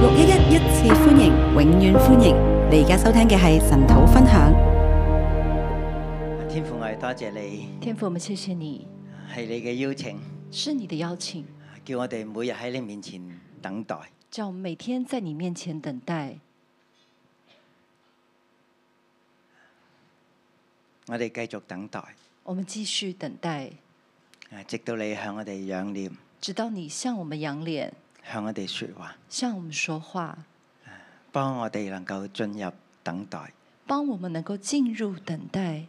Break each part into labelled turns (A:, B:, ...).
A: 六一一一次歡迎，永遠歡迎！你而家收聽嘅係神土分享。
B: 啊天父，我哋多謝你，
C: 天父，我们谢谢你，
B: 係你嘅邀請，啊
C: 是你的邀请，
B: 叫我哋每日喺你面前等待。
C: 叫我们每天在你面前等待。
B: 我哋繼續等待，
C: 我们继续等待，
B: 啊直到你向我哋仰臉，
C: 直到你向我们扬脸，
B: 向我哋說話，
C: 向我们说話，
B: 幫我哋能夠進入等待。
C: 幫我們能夠進入等待。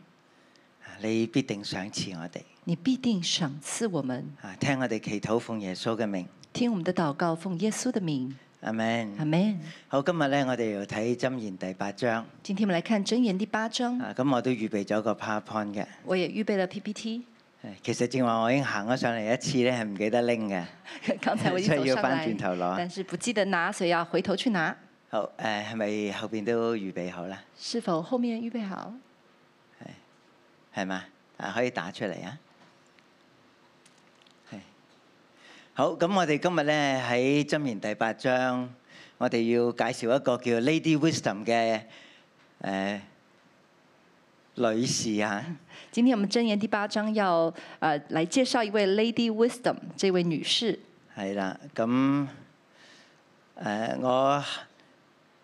B: 啊你必定賞賜我哋。
C: 你必定賞賜我們。
B: 啊，聽我哋祈禱，奉耶穌嘅名，
C: 聽我們的禱告，奉耶穌的名，
B: 阿
C: 阿
B: 門。
C: 門。
B: 好，今日咧我哋要睇《箴言》第八章。
C: 今天我們來看箴言第八章，
B: 啊，咁我都預備咗個 PowerPoint 嘅。
C: 我也預備了 PPT，
B: 誒其實正話我已經行咗上嚟一次咧，係唔記得拎嘅。
C: 剛才我已經走
B: 所以要
C: 上
B: 翻
C: 來
B: 轉頭攞，
C: 但是不記得拿，所以要回頭去拿。
B: 好，誒係咪後邊都預備好啦？
C: 是否後面預備好？
B: 係嘛？啊，可以打出嚟啊！係好，咁我哋今日咧喺箴言第八章，我哋要介紹一個叫 Lady Wisdom 嘅誒、呃女士啊。
C: 今天我們箴言第八章要呃來介紹一位 Lady Wisdom 這位女士。
B: 係啦，咁誒、呃我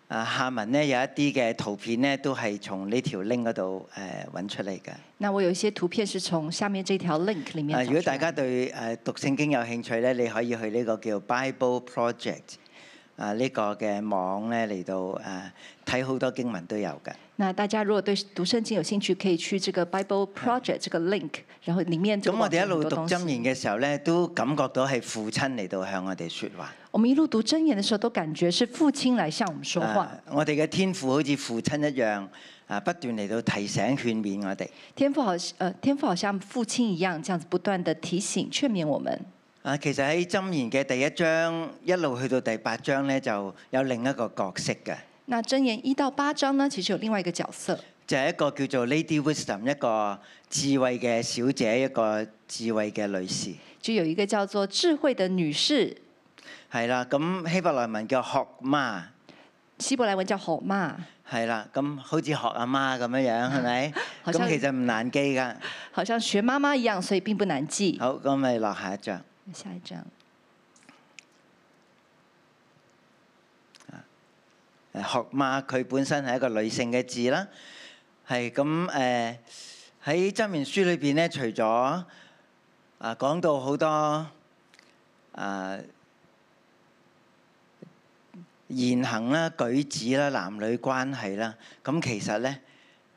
B: 啊下文咧有一啲嘅圖片咧都係從呢條 link 嗰度誒揾出嚟嘅。
C: 那我有一些圖片是從下面這條 link 裡面
B: 啊，
C: 找
B: 如果
C: 出
B: 大
C: 來
B: 家呃對誒讀聖經有興趣咧，你可以去呢個叫 Bible Project 啊呢個嘅網咧嚟到誒睇好多經文都有嘅。
C: 那大家如果對讀聖經有興趣，可以去這個 Bible Project 這個 link，然後裡面這
B: 咁
C: 個
B: 我
C: 網
B: 哋
C: 上
B: 一路
C: 有很
B: 讀箴
C: 多東西。
B: 言嘅時候咧，都感覺到係父親嚟到向我哋説話。
C: 我們一路讀箴言的時候，都感覺是父親來向我們說話。
B: 啊我哋嘅天父好似父親一樣啊，不斷嚟到提醒勸勉我哋。
C: 天父好，呃，天父好像父親一樣，這樣子不斷的提醒、勸勉我們。
B: 啊，其實喺箴言嘅第一章一路去到第八章咧，就有另一個角色嘅，
C: 那箴言一到八章呢，其實有另外一個角色，
B: 就係、一個叫做 Lady Wisdom 一個智慧嘅小姐，一個智慧嘅女士。
C: 就有一個叫做智慧的女士，
B: 係啦，咁希伯來文叫學媽，
C: 希伯來文叫好媽，
B: 係啦，咁好似學阿媽咁樣樣，係 咪？
C: 好像
B: 咁其實唔難記㗎。
C: 好像學媽媽一樣，所以並不難記。
B: 好，咁咪落下一章。
C: 下一章，
B: 誒學媽佢本身係一個女性嘅字啦，係咁誒喺箴言書裏邊咧，除咗啊講到好多啊言行啦、舉止啦、男女關係啦，咁其實咧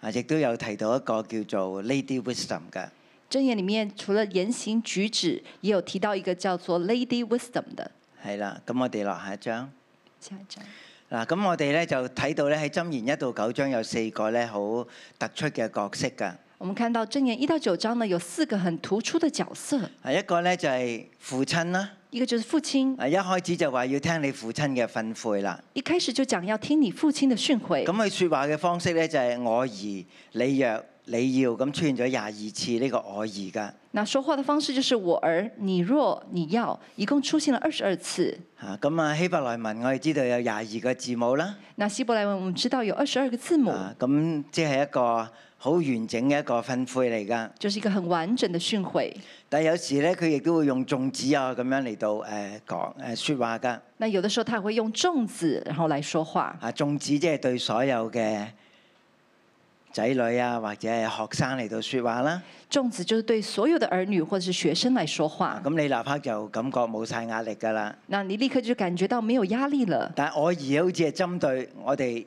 B: 啊亦都有提到一個叫做 Lady Wisdom 嘅。
C: 箴言裡面除了言行舉止，也有提到一個叫做 Lady Wisdom 的。
B: 係啦，咁我哋落下一章。
C: 下一章，
B: 嗱，咁我哋咧就睇到咧喺箴言一到九章有四個咧好突出嘅角色㗎。
C: 我們看到箴言一到九章呢，有四個很突出的角色，
B: 啊，一個咧就係父親啦，
C: 一個就是父親，
B: 啊一開始就話要聽你父親嘅訓誨啦。
C: 一開始就講要聽你父親的訓
B: 咁
C: 誨。
B: 佢説話嘅方式咧就係我兒你若你要咁出現咗廿二次呢個我兒噶。
C: 那說話的方式就是我兒，你若你要，一共出現了二十二次。
B: 嚇咁啊希伯來文我哋知道有廿二個字母啦，
C: 那希伯來文我們知道有二十二個字母，
B: 啊咁即係一個好完整嘅一個訓誨嚟噶。
C: 就是一個很完整的訓誨。
B: 但係有時咧佢亦都會用眾子啊咁樣嚟到呃誒講誒説話噶。
C: 那有的時候他會用粽子，然後來說話。
B: 啊眾子即係對所有嘅仔女啊或者係學生嚟到説話啦。
C: 粽子就是對所有的兒女或者是學生來說話。
B: 啊咁你立刻就感覺冇晒壓力㗎啦。
C: 那你立刻就感覺到沒有壓力了。
B: 但係我兒好似係針對我哋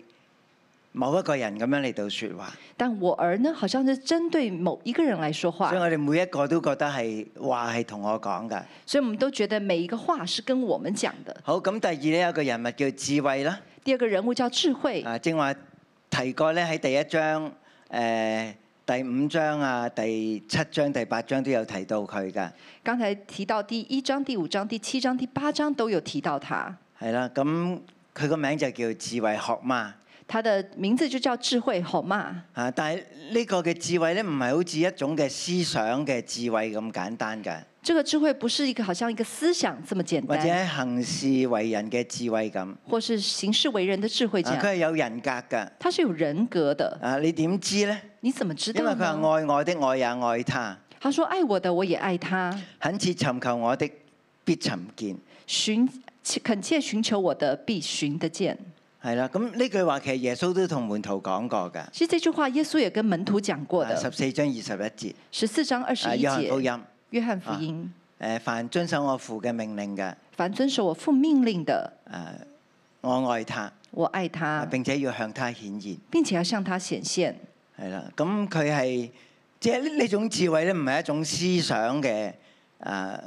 B: 某一個人咁樣嚟到説話，
C: 但我兒呢，好像是針對某一個人來說話
B: 所以，我哋每一個都覺得係話係同我講㗎。
C: 所以我們都覺得每一個話是跟我們講的。
B: 好，咁第二呢，有一個人物叫智慧啦，
C: 第二個人物叫智慧，
B: 啊正話提過呢，喺第一章誒、呃第五章啊、第七章、第八章都有提到佢㗎。
C: 剛才提到第一章、第五章、第七章、第八章都有提到他。
B: 係啦，咁佢個名就叫智慧學媽。
C: 他的名字就叫智慧，好嗎？
B: 啊！但係呢個嘅智慧呢，唔係好似一種嘅思想嘅智慧咁簡單㗎。
C: 这个智慧不是一个好像一个思想这么簡
B: 或者喺
C: 單，
B: 行事為人嘅智慧咁。
C: 或是行事為人的智慧這
B: 啊佢
C: 樣，
B: 係有人格㗎。
C: 它是有人格的。
B: 啊，你點知呢？
C: 你怎麼知
B: 因為
C: 道
B: 佢話
C: 呢？
B: 愛我的，我也愛他；
C: 他說：愛我的我也愛他，
B: 懇切尋求我的，必尋見。
C: 尋懇切尋求我的必尋得見。
B: 係啦，咁呢句話其實耶穌都同門徒講過㗎。啊
C: 其實這句話耶穌也跟門徒講過
B: 十
C: 的，
B: 四章二十一節，
C: 十四章二十
B: 啊，
C: 一
B: 約翰福
C: 節，
B: 音，啊
C: 約翰福音，
B: 誒，凡遵守我父嘅命令嘅，
C: 凡遵守我父命令的，
B: 我愛他，啊
C: 我愛他，
B: 並且要向他顯現。
C: 並且要向他顯現。
B: 係啦，咁佢係即係呢呢種智慧咧，唔係一種思想嘅誒、呃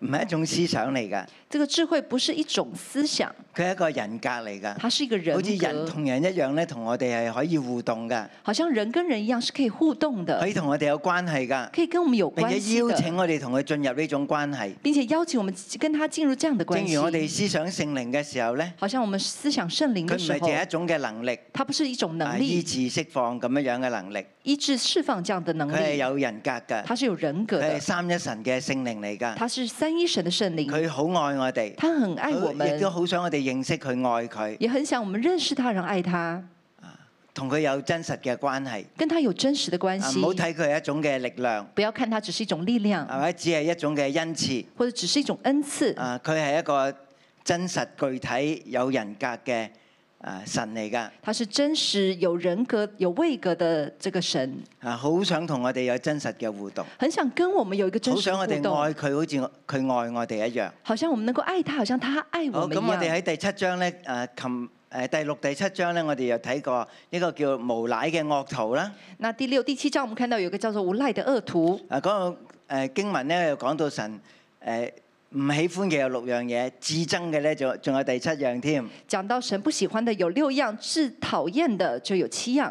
B: 唔係一種思想嚟㗎，
C: 這個智慧不是一種思想，
B: 佢係一個人格嚟㗎，
C: 它是一個人
B: 好似人
C: 格，
B: 同人一樣咧，同我哋係可以互動㗎，
C: 好像人跟人一樣是可以互動
B: 可
C: 的，
B: 以同我哋有關係㗎，
C: 可以跟我們有
B: 並
C: 關
B: 哎且
C: 係
B: 邀請
C: 的，
B: 我哋同佢進入呢種關係。
C: 並且邀請我們跟他進入這樣的關
B: 正如我哋
C: 係。
B: 思想聖靈嘅時候咧，
C: 好像我們思想聖靈
B: 佢
C: 的
B: 唔
C: 時
B: 係
C: 候
B: 淨，係一種嘅能力，
C: 它不是一種
B: 啊
C: 能
B: 醫
C: 力，
B: 治釋放咁樣樣嘅能力，
C: 醫治釋放這樣的能
B: 佢係
C: 力，
B: 有人格㗎。
C: 它是有人格
B: 佢係
C: 的，
B: 三一神嘅聖靈嚟㗎，
C: 它是三一神的聖靈，
B: 佢好愛我哋，
C: 他很愛我
B: 佢
C: 們
B: 亦，都好想我哋認識佢、愛佢，
C: 也很想我們認識他，然後愛他，
B: 同佢有真實嘅關係。
C: 跟他有真實的關
B: 啊唔好
C: 係。
B: 睇佢係一種嘅力量，
C: 不要看它只是一種力
B: 係
C: 量，
B: 咪？只係一種嘅恩賜。
C: 或者只是一種恩賜，
B: 啊，佢係一個真實具體有人格嘅啊神嚟㗎，
C: 他是真實有人格、有位格的這個神，
B: 啊好想同我哋有真實嘅互動，
C: 很想跟我們有一個真
B: 好
C: 實
B: 想啊我哋
C: 的互動，
B: 愛佢，好似我佢愛我哋一樣。
C: 好像我們能夠愛他，好像他愛
B: 好，
C: 我們一
B: 咁啊我哋
C: 樣。
B: 喺第七章咧，誒琴誒第六、第七章咧，我哋又睇過一個叫無賴嘅惡徒啦。
C: 那第六、第七章，我們看到有一個叫做無賴的惡徒，
B: 啊，嗰、個誒經文咧又講到神誒唔、喜歡嘅有六樣嘢，至憎嘅咧仲仲有第七樣添，
C: 講到神不喜歡的有六樣，是討厭的就有七樣。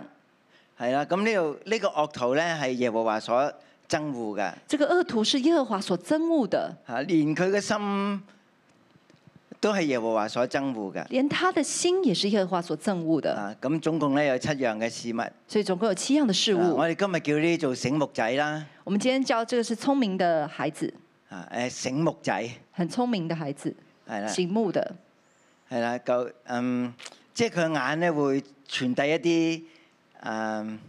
B: 係啦。咁呢度呢個惡徒咧係耶和華所憎惡嘅，
C: 這個惡徒是耶和華所憎惡的，
B: 嚇連佢嘅心都係耶和華所憎惡嘅。
C: 連他的心也是耶和華所憎惡的。
B: 啊，咁總共咧有七樣嘅事物。
C: 所以總共有七樣的事
B: 啊
C: 物
B: 我。哋今日叫呢啲做醒目仔啦，
C: 我們今天叫這個是聰明的孩子，
B: 啊誒醒目仔
C: 很聰明的孩子，
B: 係啦，
C: 醒目的。
B: 係啦，夠嗯，即係佢眼咧會傳遞一啲嗯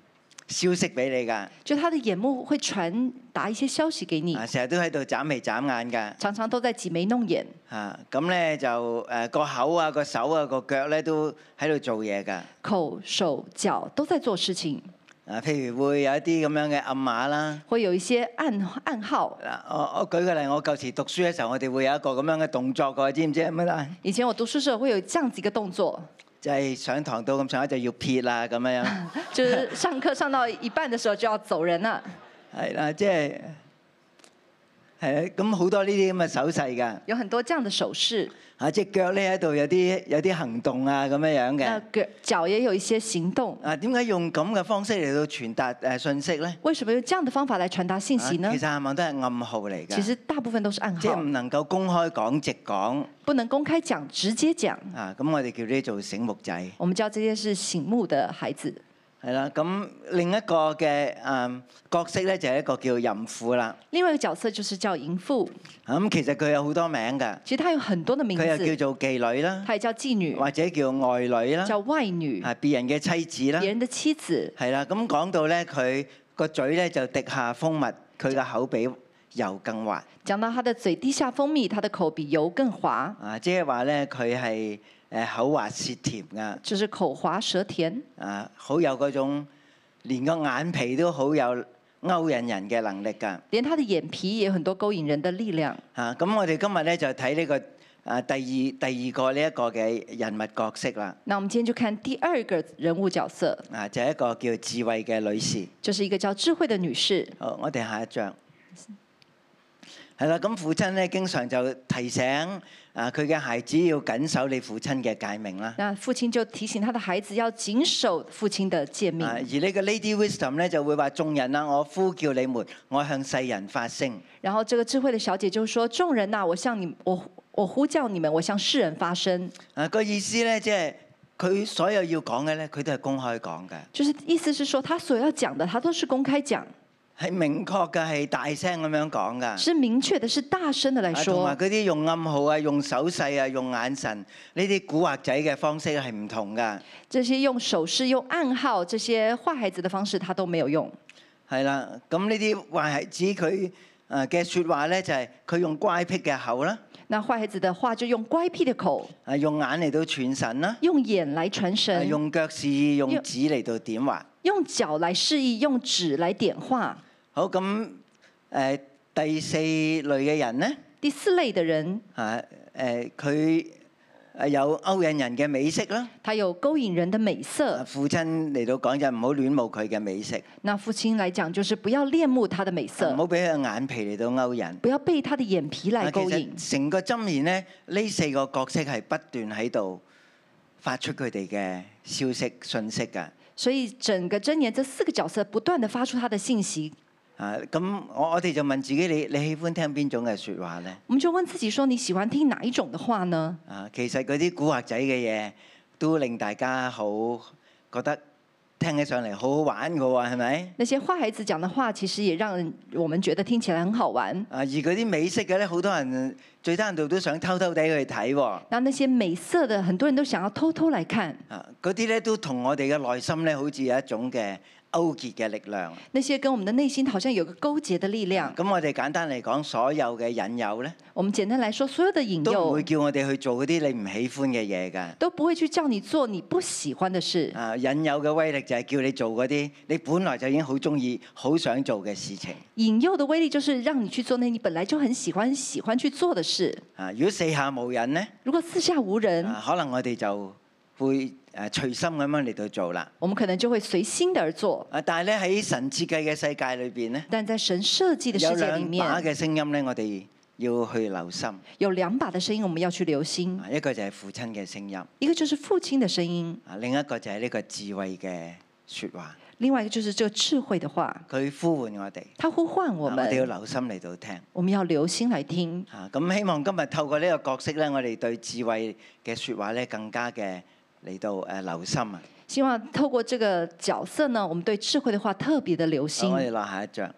B: 消息俾你㗎。
C: 就他的眼目會傳達一些消息給你
B: 啊，，成日都喺度眨眉眨眼㗎，
C: 常常都在擠眉弄眼，
B: 啊，咁咧就誒個、口啊、個手啊、個腳咧都喺度做嘢㗎，
C: 口、手、腳都在做事情，
B: 啊，譬如會有一啲咁樣嘅暗碼啦，
C: 會有一些暗暗號。
B: 嗱、我我舉個例，我舊時讀書嘅時候，我哋會有一個咁樣嘅動作㗎，知唔知係乜啊？
C: 以前我讀書時候會有這樣子一個動作，
B: 就係、上堂到咁上下就要撇啦咁樣樣，
C: 就是上課上到一半的時候就要走人了，
B: 係啦，即係係啊，咁好多呢啲咁嘅手勢㗎，
C: 有很多這樣的手勢。
B: 啊，隻腳咧喺度有啲有啲行動啊咁樣樣
C: 那
B: 嘅，
C: 腳腳也有一些行動，
B: 啊，點解用咁嘅方式嚟到傳達誒信息咧？
C: 為什麼用這樣的方法來傳達信息呢
B: 啊其？實係咪都係暗號嚟㗎？
C: 其實大部分都是暗
B: 即係
C: 號
B: 唔，能夠公開講直講
C: 不能公開講，直接講。
B: 啊！咁我哋叫呢做醒目仔，
C: 我們叫這些是醒目的孩子。
B: 係啦。咁另一個嘅誒、嗯角色咧就係、一個叫淫婦啦。
C: 另外一個角色就是叫淫婦，
B: 啊咁、其實佢有好多名㗎，
C: 其實她有很多的名
B: 佢又
C: 字，
B: 叫做妓女啦，
C: 她也叫妓女，
B: 或者叫外女啦，
C: 叫外女，
B: 係別人嘅妻子啦
C: 別，人的妻子。
B: 係啦。咁講到咧，佢個嘴咧就滴下蜂蜜，佢嘅口比油更滑
C: 講到她的嘴滴下蜂蜜，她的口比油更滑，
B: 啊！即係話咧，佢係誒口滑舌甜㗎，
C: 就是口滑舌甜，
B: 啊，好有嗰種連個眼皮都好有勾引人嘅能力㗎。
C: 連她的眼皮也有很多勾引人的力量。
B: 啊，咁我哋今日咧就睇呢、個啊第二第二個呢一個嘅人物角色啦，
C: 那我們今天就看第二個人物角色，
B: 啊就係一個叫智慧嘅女士。
C: 就是一個叫智慧的女士。
B: 好，我哋下一章。係啦，咁父親咧經常就提醒啊佢嘅孩子要緊守你父親嘅誡命啦。
C: 那父親就提醒他的孩子要謹守父親的誡命。
B: 啊，而呢個 Lady Wisdom 咧就會話眾人啊，我呼叫你們，我向世人發聲。
C: 然後這個智慧的小姐就說：“眾人呐、我向你，我我呼叫你們，我向世人發聲。
B: 啊，個意思咧，即係佢所有要講嘅咧，佢都係公開講嘅，
C: 就是意思是说，他所要讲的，他都是公开讲，
B: 係明確嘅，係大聲咁樣講㗎。
C: 是明确的，是大声的来
B: 啊同
C: 说
B: 埋。嗰啲用暗號啊、用手勢啊、用眼神呢啲古惑仔嘅方式係唔同㗎。
C: 这些用手势、用暗号、这些画孩子的方式，他都没有用。
B: 係啦，咁呢啲壞孩子佢誒嘅説話咧，就係、佢用乖僻嘅口啦，
C: 那坏孩子的话就用乖僻的口，
B: 啊用眼嚟到傳神啦，
C: 用眼来传
B: 啊
C: 神，
B: 用腳示意、用
C: 用
B: 指嚟到點畫。
C: 用脚来示意，用纸来点画。
B: 好咁誒、呃第四類嘅人咧，
C: 第四类的人，
B: 啊誒佢誒有勾引人嘅美色啦，
C: 他有勾引人的美
B: 啊
C: 色。
B: 父親嚟到講就唔好戀慕佢嘅美色，
C: 那父亲来讲，就是不要恋慕他的美
B: 唔
C: 色，
B: 好俾佢眼皮嚟到勾引。
C: 不要被他的眼皮来
B: 啊啊其
C: 勾引。
B: 實成個箴言咧，呢四個角色係不斷喺度發出佢哋嘅消息信息㗎。
C: 所以整个箴言这四个角色不断的发出他的信息。
B: 啊，咁我我哋就問自己，你你喜歡聽邊種嘅説話咧？
C: 我们就问自己说，你喜欢听哪一种的话呢？
B: 啊，其實嗰啲古惑仔嘅嘢都令大家好覺得聽起上嚟好好玩㗎喎，係咪？
C: 那些坏孩子讲的话，其实也让人我们觉得听起来很好玩。
B: 啊，而嗰啲美式嘅咧，好多人呃最低限度都想偷偷地去睇喎。
C: 那那些美色的，很多人都想要偷偷來看。
B: 啊，嗰啲咧都同我哋嘅內心咧，好似有一種嘅勾結嘅力量。
C: 那些跟我們的內心好像有個勾結的力量。
B: 咁我哋簡單嚟講，所有嘅引誘咧，
C: 我們簡單來說，所有的引
B: 都唔
C: 誘
B: 會叫我哋去做嗰啲你唔喜歡嘅嘢㗎。
C: 都不會去叫你做你不喜歡的事。
B: 啊，引誘嘅威力就係叫你做嗰啲你本來就已經好中意、好想做嘅事情。
C: 引誘的威力就是讓你去做那你本來就很喜歡、喜歡去做的事。
B: 啊，如果四下無人咧，
C: 如果四下無人，
B: 啊，可能我哋就會誒隨心咁樣嚟到做啦。
C: 我們可能就會隨心的而做。
B: 啊，但係咧喺神設計嘅世界裏邊咧，
C: 但在神設計的世
B: 有
C: 界裡
B: 兩把
C: 面，
B: 嘅聲音咧，我哋要去留心。啊
C: 有兩把的聲音我們要去留心，
B: 一個就係父親嘅聲音，啊，
C: 一個就是父親的聲音，
B: 另一個就係呢個智慧嘅説話。
C: 另外一個就是這個智慧的話，
B: 佢呼喚我哋，
C: 他呼喚我
B: 啊我哋要
C: 們，
B: 留心嚟到聽。
C: 我們要留心來聽。
B: 啊，咁希望今日透過呢個角色咧，我哋對智慧嘅説話咧更加嘅嚟到誒留心啊！
C: 希望透過這個角色呢，我們對智慧的話特別的留
B: 好
C: 心。
B: 我哋落下一章。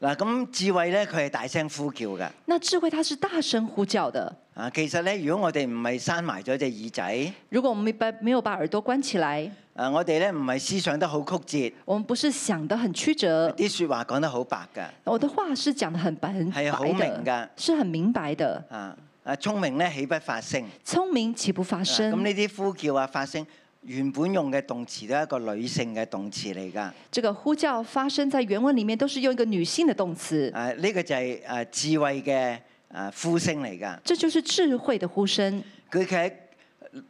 B: 嗱，咁智慧咧，佢係大聲呼叫嘅。
C: 那智慧它是大聲呼叫的。
B: 啊，其實咧，如果我哋唔係閂埋咗隻耳仔，
C: 如果我们把没有把耳朵關起來，
B: 啊，我哋咧唔係思想得好曲
C: 我們不是想得很曲折
B: 折，，啲説話講得好白㗎。
C: 我的話是講得很白很
B: 係啊好
C: 白
B: 明㗎
C: 的，是很明白的。
B: 啊啊，聰明咧起不發聲。啊
C: 聰明岂不發
B: 咁
C: 聲？
B: 呢啲呼叫啊、發聲，原本用嘅動詞都係一個女性嘅動詞嚟㗎。
C: 這個呼叫發聲在原文裡面都是用一個女性的動詞，
B: 啊，呢、個就係、啊智慧嘅啊呼聲嚟㗎。
C: 這就是智慧的呼聲。
B: 佢企喺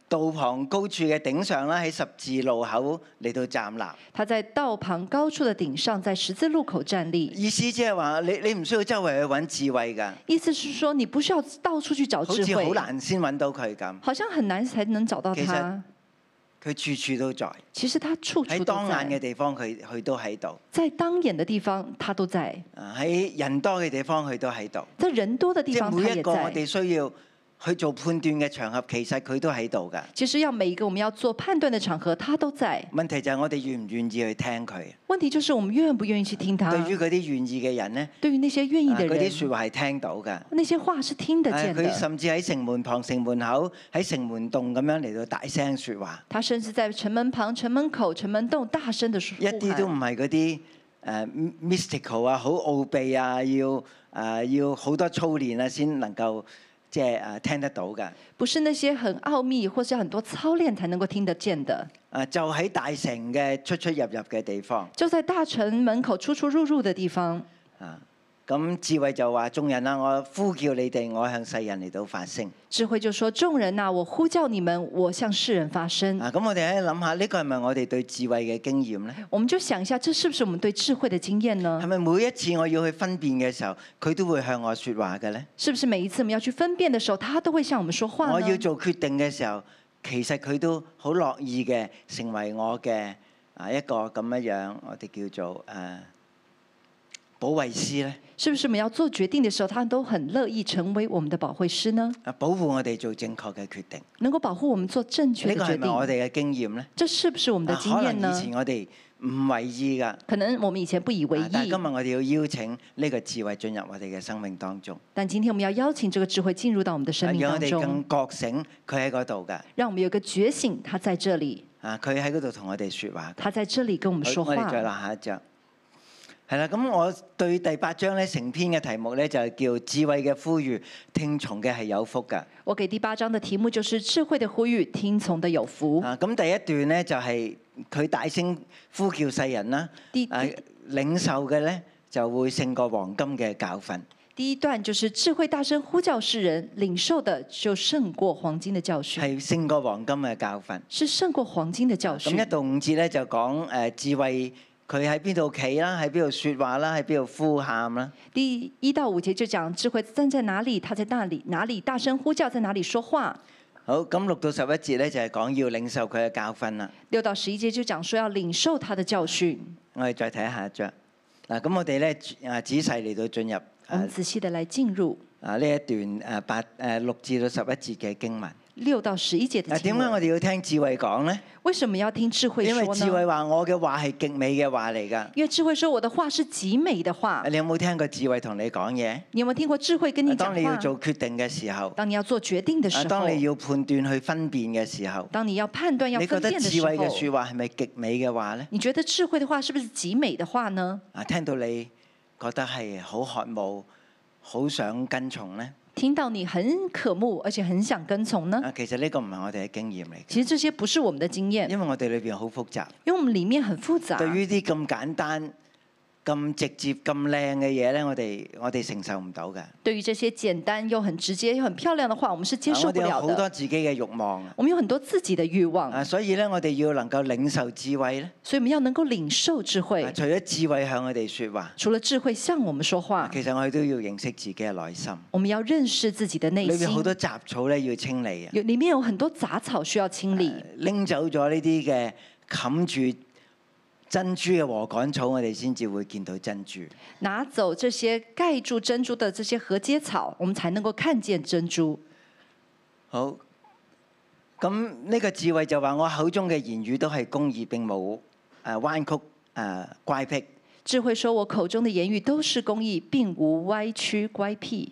B: 道旁高處嘅頂上啦，喺十字路口嚟到站立。
C: 他在道旁高處的頂上，在十字路口站立。
B: 意思即係話，你你唔需要周圍去揾智慧㗎，
C: 意思是說，你不需要到處去找
B: 好
C: 智
B: 似
C: 慧
B: 好，難先揾到佢咁。
C: 好像很難才能找到
B: 其實
C: 它。
B: 佢處處都在，
C: 其實它處
B: 喺
C: 處都
B: 當眼嘅
C: 在，
B: 地方佢佢都喺度，
C: 在當眼的地方它都在，
B: 啊喺人多嘅地方佢都喺度。
C: 在人多的地
B: 即係
C: 方它
B: 每一
C: 也
B: 個我
C: 在
B: 哋。需要去做判斷嘅場合，其實佢都喺度㗎。
C: 其實要每一個我們要做判斷的場合，它都在。
B: 問題就係我哋願唔願意去聽佢。
C: 問題就是我們願不願意去聽它。
B: 對於嗰啲願意嘅人呢，
C: 對於那些啊願意
B: 啊
C: 的
B: 嗰
C: 人
B: 啲，哎説話係聽到㗎。
C: 那些話是聽得
B: 係
C: 見
B: 佢
C: 的。
B: 甚至喺城門旁、城門口、喺城門洞咁樣嚟到大聲説話，
C: 他甚至在城門旁、城門口、城門洞大聲的說
B: 一啲都唔係嗰啲誒 mystical 啊、好奧秘啊，要誒、呃要好多操練啊先能夠即係誒聽得到㗎。
C: 不是那些很奧秘或是很多操練才能夠聽得見的。
B: 啊，就喺大城嘅出出入入嘅地方
C: 就在大城門口出出入入的地方，
B: 啊。咁智慧就話：眾人啊，我呼叫你哋，我向世人嚟到發聲。
C: 智慧就說：“眾人呐、我呼叫你們，我向世人發聲。
B: 啊，咁我哋喺度諗下，呢個係咪我哋對智慧嘅經驗呢？
C: 我們就想一下，這是不是我們對智慧的經驗呢
B: 係？咪每一次我要去分辨嘅時候，佢都會向我説話嘅呢？
C: 是不是每一次我們要去分辨的時候，他都會向我們說話
B: 我
C: 呢？
B: 要做決定嘅時候，其實佢都好樂意嘅，成為我嘅啊一個咁樣樣，我哋叫做誒、呃啊保惠師咧？
C: 是不是我们要做决定的时候，他都很乐意成为我们的保惠师呢？
B: 啊，保護我哋做正確嘅決定。
C: 能够保护我们做正确
B: 呢個
C: 的决
B: 係咪
C: 定，
B: 我哋嘅經驗咧？
C: 这是不是我们的
B: 啊
C: 经
B: 可
C: 验
B: 能
C: 呢
B: 以？前我哋唔為意噶，
C: 可能我们以前不以为
B: 啊但係
C: 意，
B: 今日我哋要邀請呢個智慧進入我哋嘅生命當中，
C: 但今天我们要邀请这个智慧进入到我们的生
B: 啊
C: 命
B: 讓我
C: 当
B: 哋
C: 中，
B: 更覺醒，佢喺嗰度噶。
C: 让我们有个觉醒。他在这里，
B: 啊，佢喺嗰度同我哋説話。
C: 他在这里跟我们
B: 好
C: 说
B: 我哋再
C: 话。
B: 落下一章。係啦，咁我對第八章咧成篇嘅題目咧就係叫智慧嘅呼籲，聽從嘅係有福㗎。
C: 我给第八章的题目就是智慧的呼吁，听从的有福。
B: 啊，咁第一段咧就係佢大聲呼叫世人啦，
C: 第
B: 啊領受嘅咧就會勝過黃金嘅教訓。
C: 第一段就是智慧大声呼叫世人，领受的就胜过黄金的教训，
B: 係勝過黃金嘅教訓。
C: 是胜过黄金的教
B: 咁
C: 训
B: 一。到五節咧就講誒、呃智慧，佢喺邊度企啦，喺邊度説話啦，喺邊度呼喊啦。
C: 第一到五节就讲智慧站在哪里，他在那里；哪里大声呼叫，在哪里说话。
B: 好，咁六到十一節咧就係、講要領受佢嘅教訓啦。
C: 六到十一节就讲说要领受他的教训。
B: 我哋再睇下一章。嗱，咁我哋咧啊仔細嚟到進入
C: 我
B: 啊
C: 们仔细的来进入
B: 啊呢一段啊八誒六至到十一節嘅經文。啊，
C: 六到十一节的
B: 點
C: 经
B: 解我
C: 文。
B: 哋要聽智慧講咧？
C: 为什么要听智慧
B: 因為
C: 说
B: 智慧
C: 呢？
B: 話我嘅話係極美嘅話嚟㗎。
C: 因为智慧说我的话是极美的话。
B: 你有冇聽過智慧同你講嘢？啊
C: 你有没有听过智啊慧跟你讲
B: 呃當你要
C: 话？
B: 做決定嘅時候，
C: 当你要做决定的时
B: 啊，
C: 候，
B: 當你要判斷去分辨嘅時候，
C: 当你要判断要
B: 你覺
C: 分
B: 得
C: 辨的
B: 智
C: 时
B: 慧嘅
C: 候，
B: 説話係咪極美嘅話咧？
C: 你觉得智慧的话是不是极美的话呢？
B: 啊，聽到你覺得係好渴慕、好想跟從咧？
C: 听到你很渴慕，而且很想跟从呢？
B: 啊，其實呢個唔係我哋嘅經驗嚟嘅，
C: 其實这些不是我们的经验，
B: 因為我哋裏邊好複雜。
C: 因为我们里面很复杂。
B: 對於啲咁簡單、咁直接、咁靚嘅嘢咧，我哋我哋承受唔到嘅。
C: 对于这些简单又很直接又很漂亮的话，我们是接
B: 啊
C: 受
B: 我
C: 不
B: 哋有
C: 了
B: 好
C: 的。
B: 多自己嘅慾望啊
C: 我们有很多自己的欲望，
B: 啊，所以咧我哋要能夠領受智慧咧。
C: 所以我们要能够领受智慧
B: 啊。除咗智慧向我哋説話，
C: 除了智慧向我们说
B: 啊
C: 话，
B: 其實我哋都要認識自己嘅內心，
C: 我们要认识自己的内
B: 裏
C: 心
B: 面，好多雜草咧要清理啊，
C: 有里面有很多杂草需要清理。
B: 拎走咗呢啲嘅冚住珍珠嘅禾稈草，我哋先至會見到珍珠。
C: 拿走这些盖住珍珠的这些禾秸草，我们才能够看见珍珠。
B: 好，咁呢個智慧就話：我口中嘅言語都係公義，並冇誒彎曲誒、呃乖僻。
C: 智慧说：“我口中的言语都是公义，并无歪曲乖僻。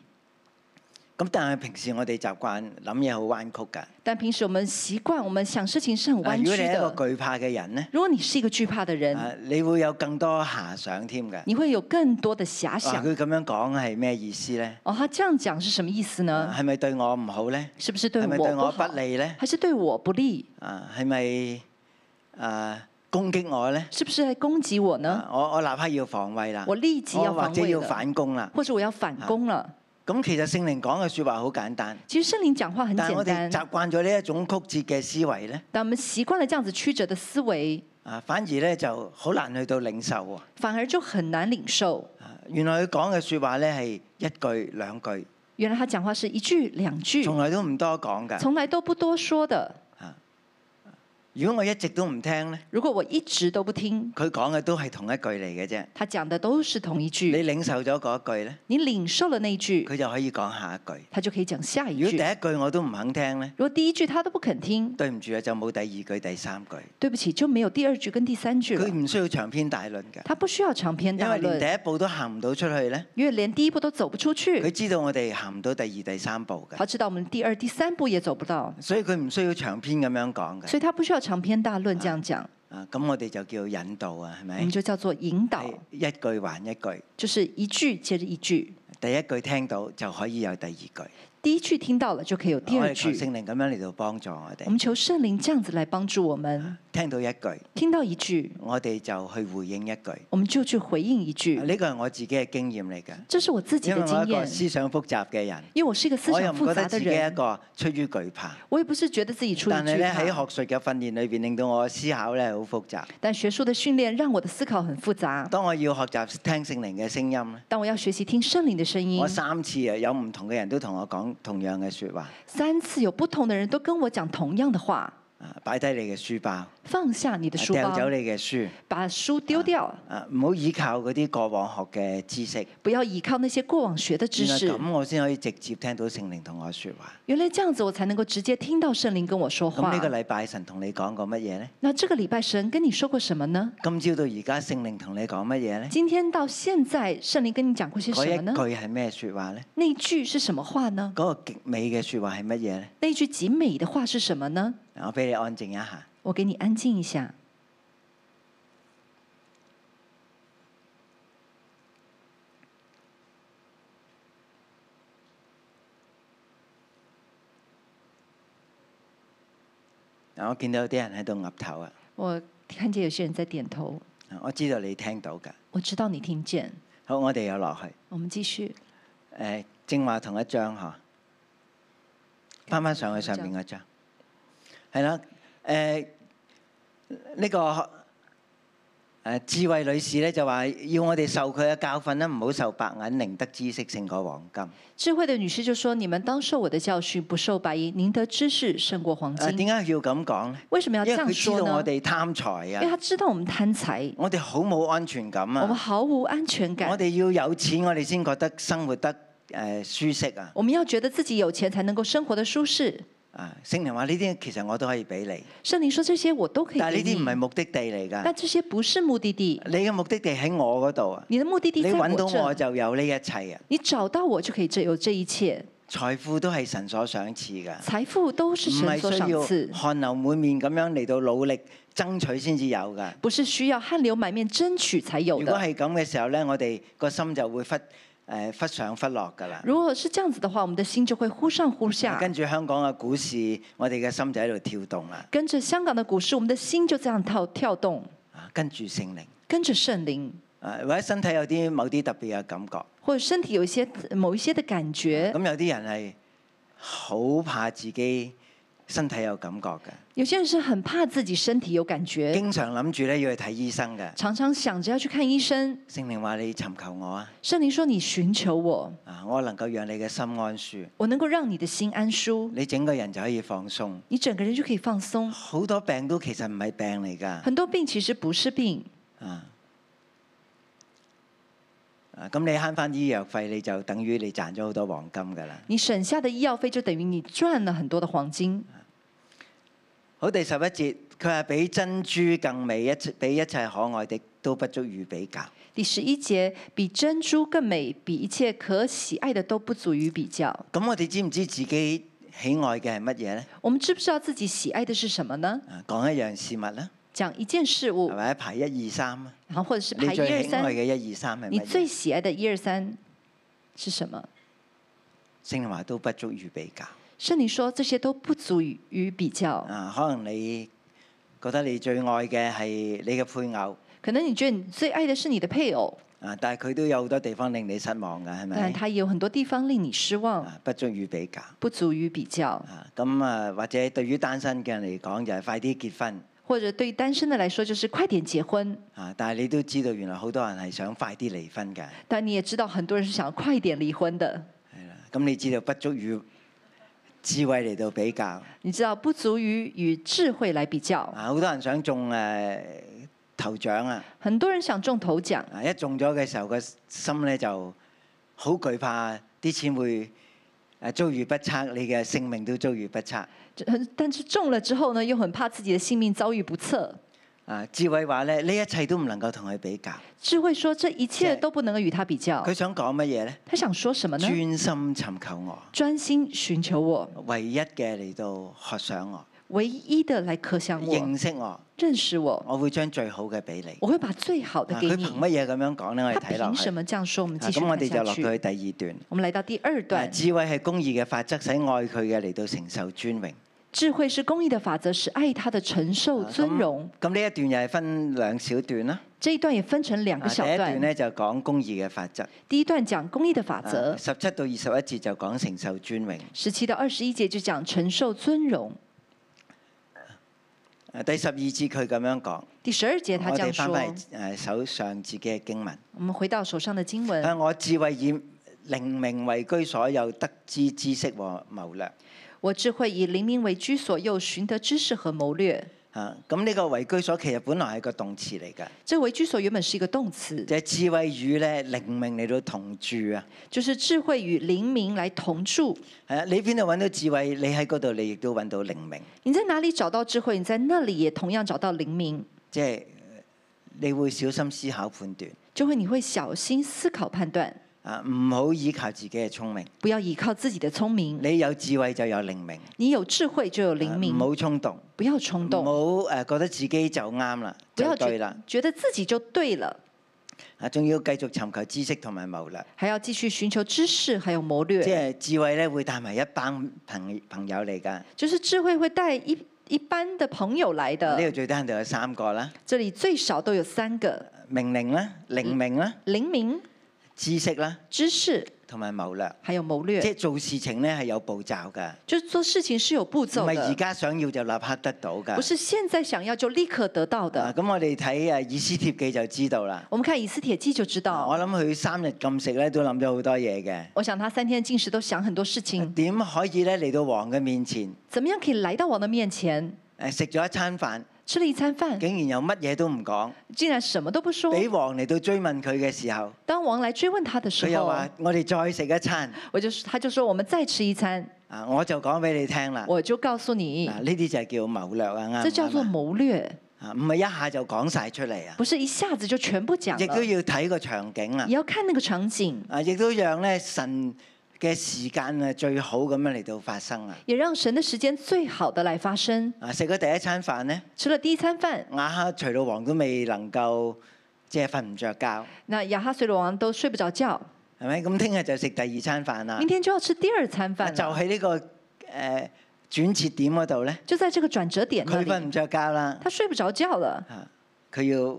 B: 咁但係平時我哋習慣諗嘢好彎曲㗎。”
C: 但平时我们习惯，我们想事情是很
B: 啊
C: 弯
B: 如果
C: 曲
B: 你係一
C: 的。
B: 個懼怕嘅人咧，
C: 如果你是一个惧怕的人，
B: 啊你會有更多遐想添㗎。
C: 你会有更多的遐
B: 哇
C: 想。
B: 佢咁樣講係咩意思咧？
C: 哦，他这样讲是什么意思呢？
B: 係咪對我唔好咧？
C: 是不是对
B: 係
C: 我
B: 咪
C: 不
B: 對我不
C: 好，
B: 利咧？
C: 还是对我不利？
B: 啊，係咪啊攻擊我咧？
C: 是不是在攻击我呢？
B: 啊我我立刻要防衞啦，
C: 我立即要
B: 我或
C: 防
B: 者
C: 卫
B: 要
C: 了，
B: 反啊攻啦。
C: 或者我要反攻了。
B: 咁其實聖靈講嘅説話好簡單，
C: 其实圣灵讲话很
B: 但係
C: 简
B: 我哋
C: 单，
B: 習慣咗呢一種曲折嘅思維咧，
C: 但我们习惯了这样子曲折的思维，
B: 啊，反而咧就好難去到領受喎。
C: 反而就很难领受。
B: 啊原來佢講嘅説話咧係一句兩句，
C: 原来他讲话是一句兩句，
B: 從來都唔多講㗎。
C: 嗯從來都不多說的。
B: 如果我一直都唔聽咧，
C: 如果我一直都不聽，
B: 佢講嘅都係同一句嚟嘅啫。
C: 他講的都是同一
B: 你
C: 句。
B: 領受咗嗰一句咧，
C: 你領受了那一句，
B: 佢就可以講下一句。
C: 他就可以講下一
B: 如果第
C: 句。
B: 一句我都唔肯聽咧，
C: 如果第一句他都不肯聽，
B: 對唔住啊，就冇第二句、第三句。
C: 對不起，就沒有第二句跟第三句
B: 佢
C: 了。
B: 唔需要長篇大論㗎，
C: 他不需要長篇
B: 因
C: 大
B: 為連
C: 論，
B: 第一步都行唔到出去咧，
C: 因為連第一步都走不出
B: 佢
C: 去。
B: 知道我哋行唔到第二、第三步㗎，
C: 他知道我們第二、第三步也走不到，
B: 所以佢唔需要長篇咁樣講㗎。
C: 所以他不需要長篇大論這樣講。
B: 啊，咁我哋就叫引導啊，係
C: 我
B: 咪
C: 們？就叫做引導
B: 係，一句還一句，
C: 就是一句接着一句。
B: 第一句聽到就可以有第二句。
C: 第一句聽到了，就可以有第
B: 我
C: 二
B: 哋求
C: 句。
B: 聖靈咁樣嚟到幫助我
C: 我
B: 哋，
C: 們求聖靈這樣子來幫助我們。
B: 聽到一句，
C: 聽到一句，
B: 我哋就去回應一句。
C: 我們就去回應一句。
B: 呢個係我自己嘅經驗嚟嘅，
C: 这是我嗯自己
B: 因為
C: 的經
B: 我一個
C: 驗，
B: 思想複雜嘅人，
C: 因為我是一個思
B: 我又
C: 想
B: 唔
C: 複
B: 覺
C: 雜
B: 得
C: 的
B: 自己一
C: 人，
B: 個出於懼怕。
C: 我也不是覺得自己出於
B: 但係
C: 惧
B: 咧喺
C: 怕。
B: 學術嘅訓練裏邊，令到我嘅思考咧好複雜。
C: 但學術的訓練讓我的思考很複雜。
B: 當我要學習聽聖靈嘅聲音咧，
C: 當我要學習聽聖靈的聲音
B: 我，三次啊有唔同嘅人都同我講同樣嘅説話。
C: 三次有不同的人都跟我講同樣的話。
B: 啊，擺低你嘅書包，
C: 放下你的书
B: 掉
C: 包，
B: 走你嘅書，
C: 把书丢掉，
B: 啊唔好依靠嗰啲過往學嘅知識。
C: 不要依靠那些过往学的知
B: 原來
C: 识。
B: 咁我先可以直接聽到聖靈同我說話。
C: 原來這樣子，我才能夠直接聽到聖靈跟我說
B: 咁
C: 話
B: 呢。個禮拜神同你講過乜嘢呢？
C: 那這個禮拜神跟你說過什麼呢？
B: 今朝到而家聖靈同你講乜嘢呢？
C: 今天到現在，聖靈跟你講過些
B: 嗰
C: 什麼
B: 一
C: 呢？
B: 句係咩說話呢？
C: 那一句是什麼話呢？
B: 嗰、個極美嘅说話係乜嘢呢？
C: 那一句極美的話是什麼呢？
B: 嗱我俾你安靜一下。
C: 我給你安靜一下。
B: 嗱我見到有啲人喺度岌頭啊，
C: 我看見有些人在點頭，
B: 我知道你聽到㗎。
C: 我知道你聽見。
B: 好，我哋又落去。
C: 我們繼續
B: 誒、正話同一張嗬，翻翻上去上面嗰張，係啦。誒、呢、個誒、智慧女士咧就話要我哋受佢嘅教訓啦，唔好受白銀，寧得知識勝過黃金。
C: 智慧的女士就說：“你們當受我的教訓，不受白銀，您的知識勝過黃
B: 誒
C: 金。
B: 啊點解要咁講咧？
C: 為什麼要這
B: 呃因為
C: 樣
B: 佢知
C: 說
B: 道我
C: 呢？
B: 哋貪財
C: 因為
B: 啊，
C: 他知道我們貪財，
B: 我哋好冇安全感
C: 我們
B: 啊，
C: 毫無安全
B: 我
C: 感。
B: 哋要有錢，我哋先覺得生活得誒、舒適啊。
C: 我們要覺得自己有錢才能夠生活的舒適。
B: 啊，聖靈話呢啲其實我都可以俾你，
C: 聖靈說這些我都可以
B: 但係
C: 給
B: 呢啲唔係
C: 你，
B: 目的地嚟㗎。
C: 但這些不是目的地。
B: 你嘅目的地喺我嗰度啊！
C: 你的目的地
B: 你
C: 在
B: 揾到
C: 我
B: 我
C: 這，
B: 就有呢一切啊！
C: 你找到我就可以這有這一切，
B: 財富都係神所賞賜噶，
C: 財富都是
B: 唔
C: 神所賞
B: 係需
C: 賜
B: 要，汗流滿面咁樣嚟到努力爭取先至有噶。
C: 不是需要汗流滿面爭取才有
B: 如果
C: 的。
B: 係咁嘅時候呢，我哋個心就會忽誒、忽上忽落噶啦。
C: 如果是這樣子的話，我們的心就會忽上忽下。
B: 跟住香港嘅股市，我哋嘅心就喺度跳動啦。
C: 跟着香港的股市，我們的心就這樣跳跳動，
B: 啊跟住聖靈，
C: 跟着聖靈，
B: 啊或者身體有啲某啲特別嘅感覺。
C: 或者身體有一些某一些的感覺。
B: 咁有啲人係好怕自己身體有感覺嘅，
C: 有些人是很怕自己身體有感覺，
B: 經常諗住呢要去睇醫生嘅。
C: 常常想着要去看醫生。
B: 聖靈話：你尋求我啊！
C: 聖靈說：“你尋求我，
B: 啊，我能夠讓你嘅心安舒，
C: 我能夠讓你的心安舒，
B: 你整個人就可以放鬆。
C: 你整個人就可以放鬆。
B: 好多病都其實唔係病嚟㗎，
C: 很多病其實不是病，
B: 啊啊咁你慳翻醫藥費，你就等於你賺咗好多黃金㗎啦。
C: 你省下的醫藥費就等於你賺了很多的黃金。
B: 好，第十一節，佢話比珍珠更美，一切比一切可愛的都不足以比較。
C: 第十一節，比珍珠更美，比一切可喜愛的都不足於比較。
B: 咁我哋知唔知自己喜愛嘅係乜嘢呢？
C: 我們知不知道自己喜愛的是什麼呢？
B: 啊，講一樣事物啦，
C: 講一件事物
B: 係，咪排一二三啊？
C: 然後或者是
B: 你
C: 排一
B: 最
C: 二
B: 喜愛
C: 三，
B: 嘅一二三係
C: 你
B: 乜
C: 最
B: 嘢？
C: 喜愛的一二三是什麼？
B: 聖靈話都不足以比較。
C: 聖靈說這些都不足以與比較。
B: 啊，可能你覺得你最愛嘅係你嘅配偶，
C: 可能你覺得你最愛的是你的配偶，
B: 啊，但係佢都有好多地方令你失望㗎，係
C: 但
B: 咪？
C: 他也有很多地方令你失望，
B: 啊，不足以比較。
C: 不足與比較。
B: 啊，咁啊，或者對於單身嘅人嚟講，就係快啲結婚。
C: 或者對單身的來說，就是快點結婚。
B: 啊，但係你都知道，原來好多人係想快啲離婚㗎，
C: 但你也知道，很多人是想快點離婚的。
B: 係啦。咁你知道不足以智慧嚟到比較。啊，
C: 你知道，不足與與智慧來比較。
B: 好多人想中誒、頭獎啊，
C: 很多人想中頭獎，
B: 啊一中咗嘅時候，個心咧就好懼怕啲錢會誒遭遇不測，你嘅性命都遭遇不測。
C: 這但是中了之後呢，又很怕自己的性命遭遇不測。
B: 啊，智慧話咧，呢一切都唔能夠同佢比較。
C: 智慧說，這一切都不能夠與他比較
B: 佢。想講乜嘢呢？
C: 他想說什麼
B: 專？
C: 呢
B: 心尋求我，
C: 專心尋求我，
B: 唯一嘅嚟到學想我，
C: 唯一的來刻想我，
B: 認識我，
C: 認識我，
B: 我會將最好嘅俾你。
C: 我會把最好的
B: 啊
C: 給
B: 佢
C: 你。
B: 憑乜嘢咁樣講呢？我哋
C: 他
B: 睇落
C: 憑
B: 去。
C: 什麼這樣說？我們
B: 啊
C: 繼
B: 咁我哋就
C: 續看
B: 落
C: 下
B: 到去
C: 去。
B: 第二段。
C: 我們來到第二
B: 啊
C: 段，
B: 智慧係公義嘅法則，使愛佢嘅嚟到承受尊榮。
C: 智慧是公義的法則，使愛他的承受
B: 啊
C: 尊榮。
B: 咁呢一段又係分兩小段啦。
C: 这一段也分成两
B: 啊
C: 個
B: 第
C: 小
B: 一段
C: 段，
B: 呢就講公義嘅法則，
C: 第一段講公義的法則，
B: 十七到二十一節就講承受尊榮。
C: 十七到二十一節就講承受尊榮。
B: 啊第十二節佢咁樣講。
C: 第十二節他
B: 我
C: 這樣
B: 哋翻
C: 說，
B: 返嚟誒手上自己嘅經文，
C: 我們回到手上的經文，
B: 向我智慧以靈明為居所，又得知知識和謀略。
C: 我智慧以靈明為居所，又尋得知識和謀略。
B: 啊，咁呢個為居所其實本來係個動詞嚟㗎，
C: 这为居所原本是一个動詞，
B: 就係智慧與咧靈命嚟到同住啊。
C: 就是智慧與靈明來同住。
B: 係啊，你邊度揾到智慧，你喺嗰度你亦都揾到靈命，
C: 你在哪裡找到智慧，你在那裡也同樣找到靈明，
B: 即係你會小心思考判斷
C: 就會你會小心思考判斷，
B: 啊，唔好依靠自己嘅聰明。
C: 不要依靠自己的聰明。
B: 你有智慧就有靈命，
C: 你有智慧就有靈
B: 啊
C: 明
B: 唔，好衝動，
C: 不要衝
B: 唔好
C: 動，
B: 誒覺得自己就啱啦，
C: 不
B: 就
C: 要
B: 對
C: 覺
B: 啦，
C: 覺得自己就對了，
B: 啊，仲要繼續尋求知識同埋謀略。
C: 還要繼續尋求知識，還有謀
B: 即
C: 略。
B: 係智慧咧，會帶埋一班朋朋友嚟㗎。
C: 就是智慧會帶一一般的朋友來
B: 呢度
C: 的，
B: 最低限度有三個啦，
C: 這裡最少都有三個：
B: 命令啦、靈命啦、
C: 靈明、
B: 知識啦，
C: 知識，
B: 同埋謀略。
C: 還有謀略。
B: 即係做事情咧係有步驟㗎，
C: 就是做事情是有步
B: 唔
C: 驟
B: 係而
C: 的，
B: 家想要就立刻得到㗎。
C: 不是現在想要就立刻得到
B: 啊
C: 的。
B: 咁我哋睇誒以斯帖記就知道啦。
C: 我們看以斯帖記就知
B: 我
C: 道，
B: 諗佢三日禁食咧，都諗咗好多嘢嘅。
C: 我想他三天禁食都想很多事情，
B: 點可以咧嚟到王嘅面前？
C: 怎麼樣可以來到王的面前，
B: 誒食咗一餐飯，
C: 吃了一餐飯，
B: 竟然又乜嘢都唔講，
C: 竟然什麼都不說。
B: 俾王嚟到追問佢嘅時候，
C: 當王來追問他的
B: 佢
C: 時
B: 又
C: 候，
B: 話：我哋再食一餐。
C: 我就他就說我們再吃一餐，
B: 啊，我就講俾你聽啦。啊
C: 我就告訴你，
B: 嗱，呢啲就係叫謀略啊，啱
C: 這
B: 唔
C: 叫做
B: 啊啱啊
C: 謀略，
B: 啊？唔係一下就講晒出嚟啊，
C: 不是一下子就全部講
B: 亦都
C: 了，
B: 要睇個場景啊
C: 也，要看那個場景，
B: 啊，亦都讓咧神嘅時間啊最好咁樣嚟到發生啊。
C: 也讓神的時間最好的來發生。
B: 啊，食咗第一餐飯咧，
C: 吃了第一餐飯，
B: 亞哈隨老王都未能夠即係瞓唔着覺，
C: 那亞哈隨魯王都睡不着覺。
B: 係咪？咁聽日就食第二餐飯啦
C: 明。天就要吃第二餐飯
B: 啊
C: 了
B: 就喺呢個誒轉折點嗰度咧，
C: 就在這個轉折點啊那
B: 佢瞓
C: 裡，
B: 唔着覺啦，
C: 他睡不着覺了，
B: 啊，佢要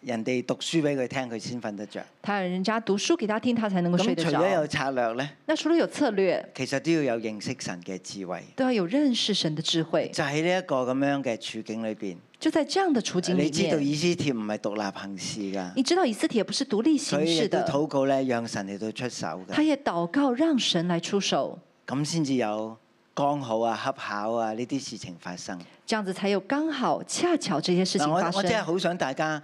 B: 人哋讀書俾佢聽，佢先瞓得着。
C: 他人家讀書給他聽，他才能夠睡
B: 咁
C: 得
B: 除咗有
C: 着。
B: 策略咧？
C: 那除了有策略，
B: 其實都要有認識神嘅智慧，
C: 都要有認識神的智慧。
B: 就喺呢一個咁樣嘅處境裏邊，
C: 就在這樣的處境
B: 你
C: 裡
B: 知道
C: 面，
B: 以斯帖唔係獨立行事㗎，
C: 你知道以斯帖不是獨立
B: 佢
C: 行
B: 亦
C: 事
B: 都
C: 的，
B: 禱告咧，讓神嚟到出手
C: 他
B: 㗎，
C: 也禱告讓神來出手，
B: 咁先至有剛好啊、恰巧啊呢啲事情發生。
C: 這樣子才有剛好恰巧這些事
B: 嗱，
C: 情
B: 我
C: 發
B: 我真係
C: 生。
B: 好想大家，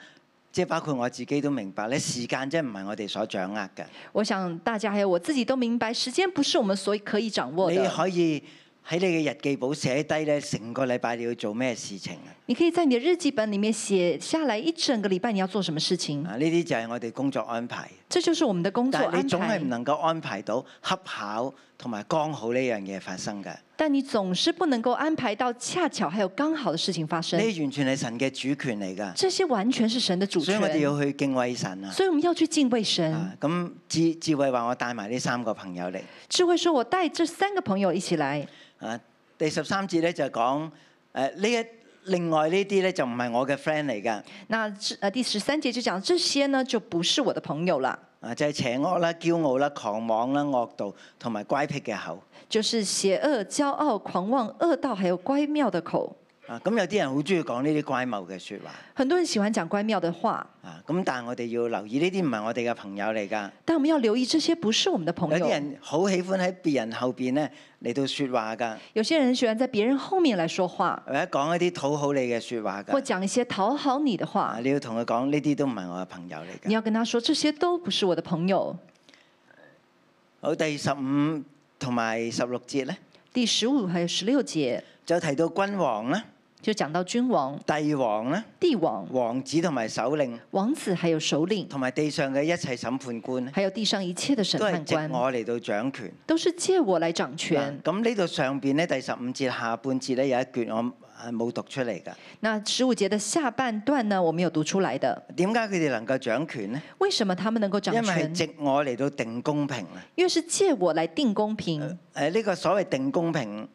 B: 即係包括我自己都明白咧，時間真係唔係我哋所掌握㗎，
C: 我想大家還有我自己都明白，時間不是我們所以可以掌握
B: 你
C: 的。
B: 可以喺你嘅日記簿寫低咧，成個禮拜你要做咩事情啊？
C: 你可以在你的日記本裡面寫下來一整個禮拜你要做什麼事情，
B: 啊，呢啲就係我哋工作安排。
C: 這就是我們的嗯工作
B: 但係
C: 安
B: 你總係
C: 排
B: 唔。能夠安排到恰巧同埋剛好呢樣嘢發生嘅，呢
C: 但你總是不能夠安排到恰巧還有剛好的事情發生，
B: 完全係神嘅主權嚟㗎，
C: 這些完全是神的主
B: 所以
C: 權
B: 我。哋要去敬畏神啊！
C: 所以我們要去敬畏神
B: 啊。咁智智慧話我帶埋呢三個朋友嚟，
C: 智慧說：“我帶這三個朋友一起來。
B: 啊第十三節咧就講誒呢一另外呢啲咧就唔係我嘅 friend 嚟㗎，
C: 那”這呃第十三節就講這些呢就不是我的朋友了，
B: 啊就係、邪惡啦、驕傲啦、狂妄啦、惡道同埋乖僻嘅口。
C: 就是邪惡、驕傲、狂妄、惡道，還有乖謬的口。
B: 啊咁有啲人好中意講呢啲乖謬嘅説話，
C: 很多人喜歡講乖謬的話，
B: 啊咁但係我哋要留意呢啲唔係我哋嘅朋友嚟㗎。
C: 但我們要留意這些不是我們的朋
B: 有啲
C: 友。
B: 人好喜歡喺別人後邊咧嚟到説話㗎，
C: 有些人喜歡在別人後面來說話，
B: 或者講一啲討好你嘅説話
C: 或
B: 㗎。
C: 講一些討好你的
B: 啊
C: 話。
B: 你要同佢講呢啲都唔係我嘅朋友嚟
C: 你
B: 㗎。
C: 要跟他說，這些都不是我的朋友。
B: 好，第十五同埋十六節咧，
C: 第十五還有十六節
B: 就提到君王啦、
C: 就講到君王、
B: 帝王啦、
C: 帝王、
B: 王子同埋首領，
C: 王子，還有首領，
B: 同埋地上嘅一切審判官咧，
C: 還有地上一切的審
B: 都係
C: 判
B: 藉
C: 官，
B: 我嚟到掌權。
C: 都是借我來掌
B: 嗱
C: 權。
B: 咁呢度上邊咧，第十五節下半節咧有一橛我啊冇讀出嚟㗎。
C: 那十五節的下半段呢，我沒有讀出來的。
B: 點解佢哋能夠掌權呢？
C: 為什麼他們能夠
B: 因
C: 掌
B: 為係
C: 權？
B: 藉我嚟到定公平啊！
C: 因為是借我來定公平。
B: 誒呢個所謂定公平，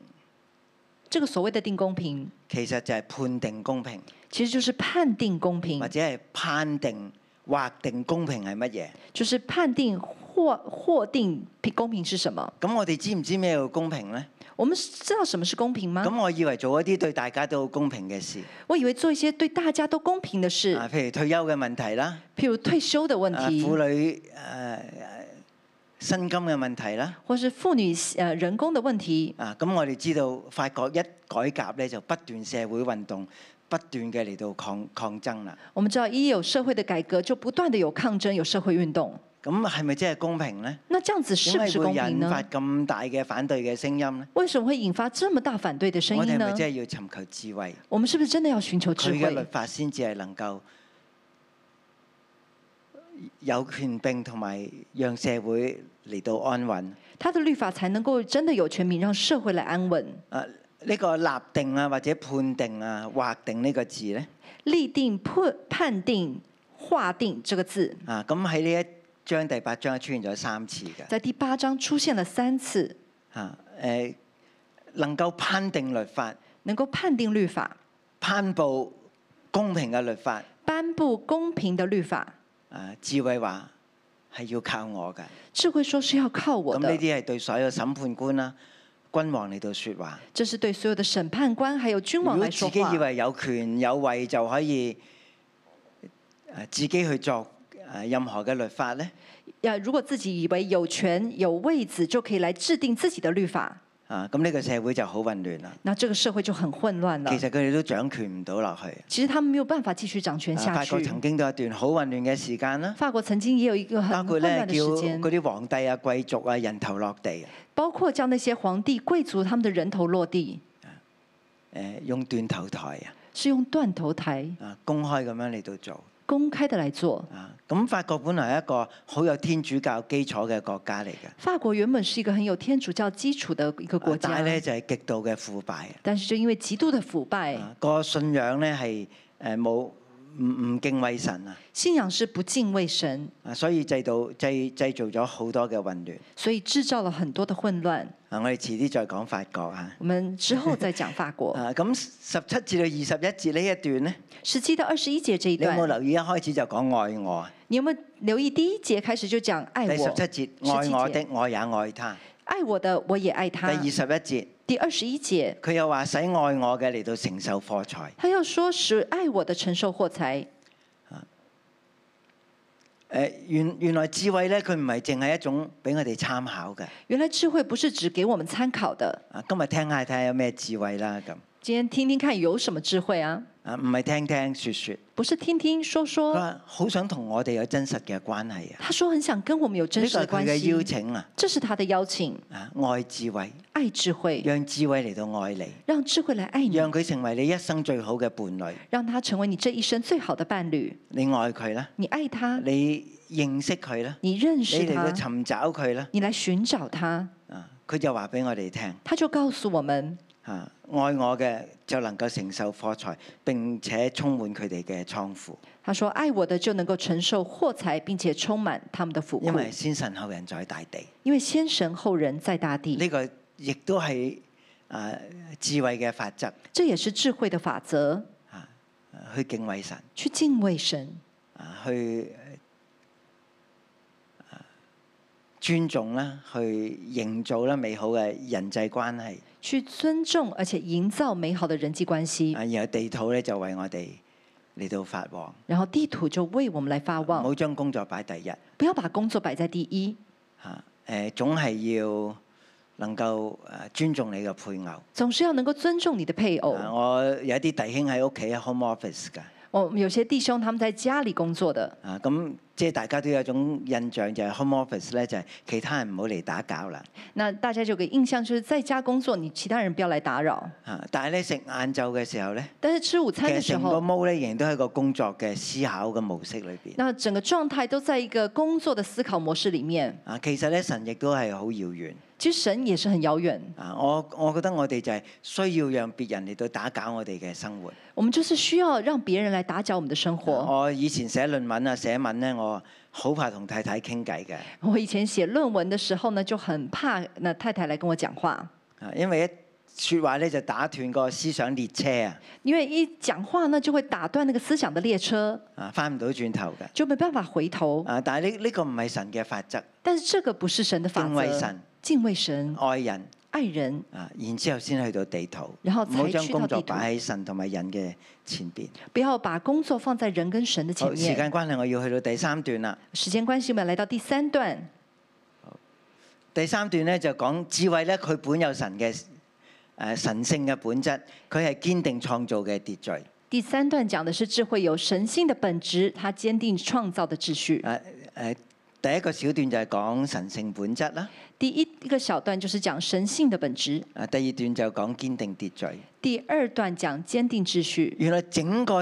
C: 這個所謂的定公平，
B: 其實就係判定公平，
C: 其實就是判定公
B: 或
C: 平，
B: 者係判定劃定公平係乜嘢？
C: 就是判定或或定公平是什麼？
B: 咁我哋知唔知咩叫公平呢？
C: 我們知道什麼是公平嗎？
B: 咁我以為做一啲對大家都好公平嘅事，
C: 我以為做一些對大家都公平的事，
B: 啊，譬如退休嘅問題啦，
C: 譬如退休的問
B: 啊
C: 題。
B: 婦女誒、薪金嘅問題啦。
C: 或是妇女呃人工的问题。
B: 啊，咁我哋知道法國一改革咧，就不斷社會運動，不斷嘅嚟到抗抗爭啦。
C: 我们知道，一有社会的改革，就不断的有抗争，有社会运動。
B: 咁係咪真係公平呢？
C: 那這樣子是
B: 點
C: 不是
B: 解會
C: 公平
B: 引發
C: 呢？
B: 咁大嘅反對嘅聲音呢？
C: 為什麼會引發這麼大反對的聲
B: 我哋
C: 音
B: 係咪
C: 呢？
B: 真係要尋求智慧？
C: 我們是不是真的要尋求智
B: 佢嘅律
C: 慧？
B: 法先至係能夠有權柄同埋讓社會嚟到安穩。
C: 他的律法才能夠真的有全民，讓社會來安穩。
B: 啊，呢、個立定啊，或者判定啊、劃定呢個字呢，
C: 立定、判判定、劃定這個字，
B: 啊，咁喺呢一章第八章出現咗三次嘅。
C: 在第八章出現了三次，
B: 啊誒、能夠判定律法、
C: 能夠判定律法，
B: 頒布公平嘅律法，
C: 頒布公平的律法。
B: 啊智慧話係要靠我嘅。
C: 智慧說是要靠我
B: 咁呢
C: 的，
B: 啲係對所有審判官啦、君王嚟到説話。
C: 這是對所有的審判官還有君
B: 如
C: 王
B: 果
C: 來
B: 自
C: 說
B: 己以
C: 話。
B: 為有權有位就可以誒自己去作誒任何嘅律法呢，
C: 要如果自己以為有權有位子就可以來制定自己的律法，
B: 啊咁呢個社會就好混亂啦。
C: 那這個社會就很混亂了
B: 其。實佢哋都掌權唔到落去。
C: 其實他們沒有辦法繼續掌權
B: 啊
C: 下
B: 法國
C: 去
B: 曾。經都有一段好混亂嘅時間啦，
C: 法國曾經也有一個
B: 包
C: 很
B: 括
C: 混
B: 咧
C: 亂的
B: 叫
C: 時
B: 嗰
C: 間，
B: 啲皇帝啊、貴族啊人頭落地。
C: 包括叫那些皇帝、貴族他們的人頭落地，
B: 誒、呃用斷頭台啊，
C: 是用斷頭台
B: 啊公開咁樣嚟到做
C: 公開的來做。
B: 啊。咁法國本來係一個好有天主教基礎嘅國家嚟嘅，啊
C: 法國原本是一個很有天主教基礎的一個國
B: 呃但係
C: 家，
B: 咧就係、極度嘅腐敗
C: 但是就因為極度的腐敗，
B: 啊，個信仰咧係誒冇唔唔敬畏神啊，
C: 信仰是不敬畏神，
B: 啊所以製造製製造咗好多嘅混亂
C: 所以制造了很多的混亂。
B: 啊。我哋遲啲再講法國啊。
C: 我們之後再講法國
B: 啊，咁十七至到二十一節呢一段咧，
C: 十七到二十一節這一
B: 你有冇
C: 段，
B: 留意一開始就講愛我啊？
C: 你有沒有留意？第一節開始就講愛
B: 第十
C: 我，
B: 七節愛我的我也愛他。
C: 愛我的我也愛
B: 第
C: 他
B: 二。十一節
C: 第二十一節，
B: 佢又話使愛我嘅嚟到承受貨財。
C: 他要說使愛我的承受貨財。
B: 誒、呃原原來智慧咧，佢唔係淨係一種俾我哋參考嘅。
C: 原來智慧不是只給我們參考的，
B: 啊，今日聽下睇下有咩智慧啦咁。
C: 今天聽聽看有什麼智慧啊？
B: 啊，唔係聽聽説説。
C: 不是聽聽說
B: 佢
C: 說。
B: 話好想同我哋有真實嘅關係啊！
C: 他說很想跟我們有真
B: 呢
C: 實
B: 個係
C: 的關
B: 佢嘅邀
C: 係，
B: 請啊！
C: 這是他的邀請。
B: 啊，愛智慧，
C: 愛智慧，
B: 讓智慧嚟到愛你，
C: 讓智慧來愛你，
B: 讓佢成為你一生最好嘅伴侶。
C: 讓他成為你這一生最好的伴侶。
B: 你愛佢啦，
C: 你愛他，
B: 你認識佢啦，
C: 你認
B: 你
C: 識
B: 嚟到
C: 他，
B: 尋找佢啦。
C: 你來尋找他，
B: 啊，佢就話俾我哋聽。
C: 他就告訴我們，
B: 啊，愛我嘅就能夠承受貨財，並且充滿佢哋嘅倉庫，
C: 他說愛我的就能夠承受貨財，並且充滿他們的府
B: 因為
C: 庫，
B: 先神後人在大地。
C: 因為先神後人在大地，
B: 呢、個亦都係啊智慧嘅法則，
C: 這也是智慧的法則，
B: 啊去敬畏神，
C: 去敬畏神，
B: 啊去啊尊重啦，去營造啦美好嘅人際關係。
C: 去尊重而且營造美好的人際關係。
B: 啊，然後地土咧就為我哋嚟到發旺，
C: 然後地土就為我們來發
B: 唔
C: 旺，
B: 好將工作擺第一。
C: 不要把工作擺在第一，
B: 嚇誒，總係要能夠誒尊重你嘅配偶。
C: 總是要能夠尊重你的配偶。
B: 啊我有一啲弟兄喺屋企喺 home office 㗎，
C: 我哦有些弟兄他們在家裡工作的，
B: 啊咁即係大家都有一種印象就係 home office 咧就係其他人唔好嚟打攪啦，
C: 那大家就有個印象就是在家工作，你其他人不要來打擾。
B: 啊但係咧食晏晝嘅時候咧，
C: 但是吃午
B: 其
C: 餐的
B: 實
C: 時
B: 成個
C: 候，
B: 毛咧仍然都喺個工作嘅思考嘅模式裏邊，
C: 那整個狀態都在一個工作的思考模式裡面。
B: 啊其實咧神亦都係好遙遠，
C: 其實神也是很遙遠，
B: 啊我我覺得我哋就係需要讓別人嚟到打攪我哋嘅生活。啊
C: 我們就是需要讓別人來打攪我們的生活。
B: 我以前寫論文啊寫文咧，我好怕同太太傾偈嘅，
C: 我以前寫論文的時候呢，就很怕那太太來跟我講話，
B: 啊因為一説話咧就打斷個思想列車啊，
C: 因為一講話呢，就會打斷那個思想的列車，
B: 啊翻唔到轉頭㗎。
C: 就沒辦法回頭。
B: 啊！但係呢呢個唔係神嘅法則，
C: 但是這個不是神的法則，
B: 敬畏神、
C: 敬畏神
B: 愛人
C: 愛人，
B: 啊，然之後先去到地圖，
C: 然後
B: 唔好
C: 才
B: 將
C: 去
B: 工
C: 到
B: 作
C: 地圖，
B: 擺喺神同埋人嘅前邊。
C: 不要把工作放在人跟神
B: 哦
C: 的前
B: 好，時
C: 面。
B: 間關係，我要去到第三段啦。
C: 時間關係，我們來到第三段。
B: 第三段咧就講智慧咧，佢本有神嘅誒、呃神性嘅本質，佢係堅定創造嘅秩序。
C: 第三段讲的是智慧有神性的本质，它坚定创造的秩序。
B: 誒、誒，啊呃第一個小段就係講神性本質啦，
C: 第一个小段就是讲神性的本质，
B: 啊第二段就講堅定秩序。
C: 第二段讲坚定秩序。
B: 原來整個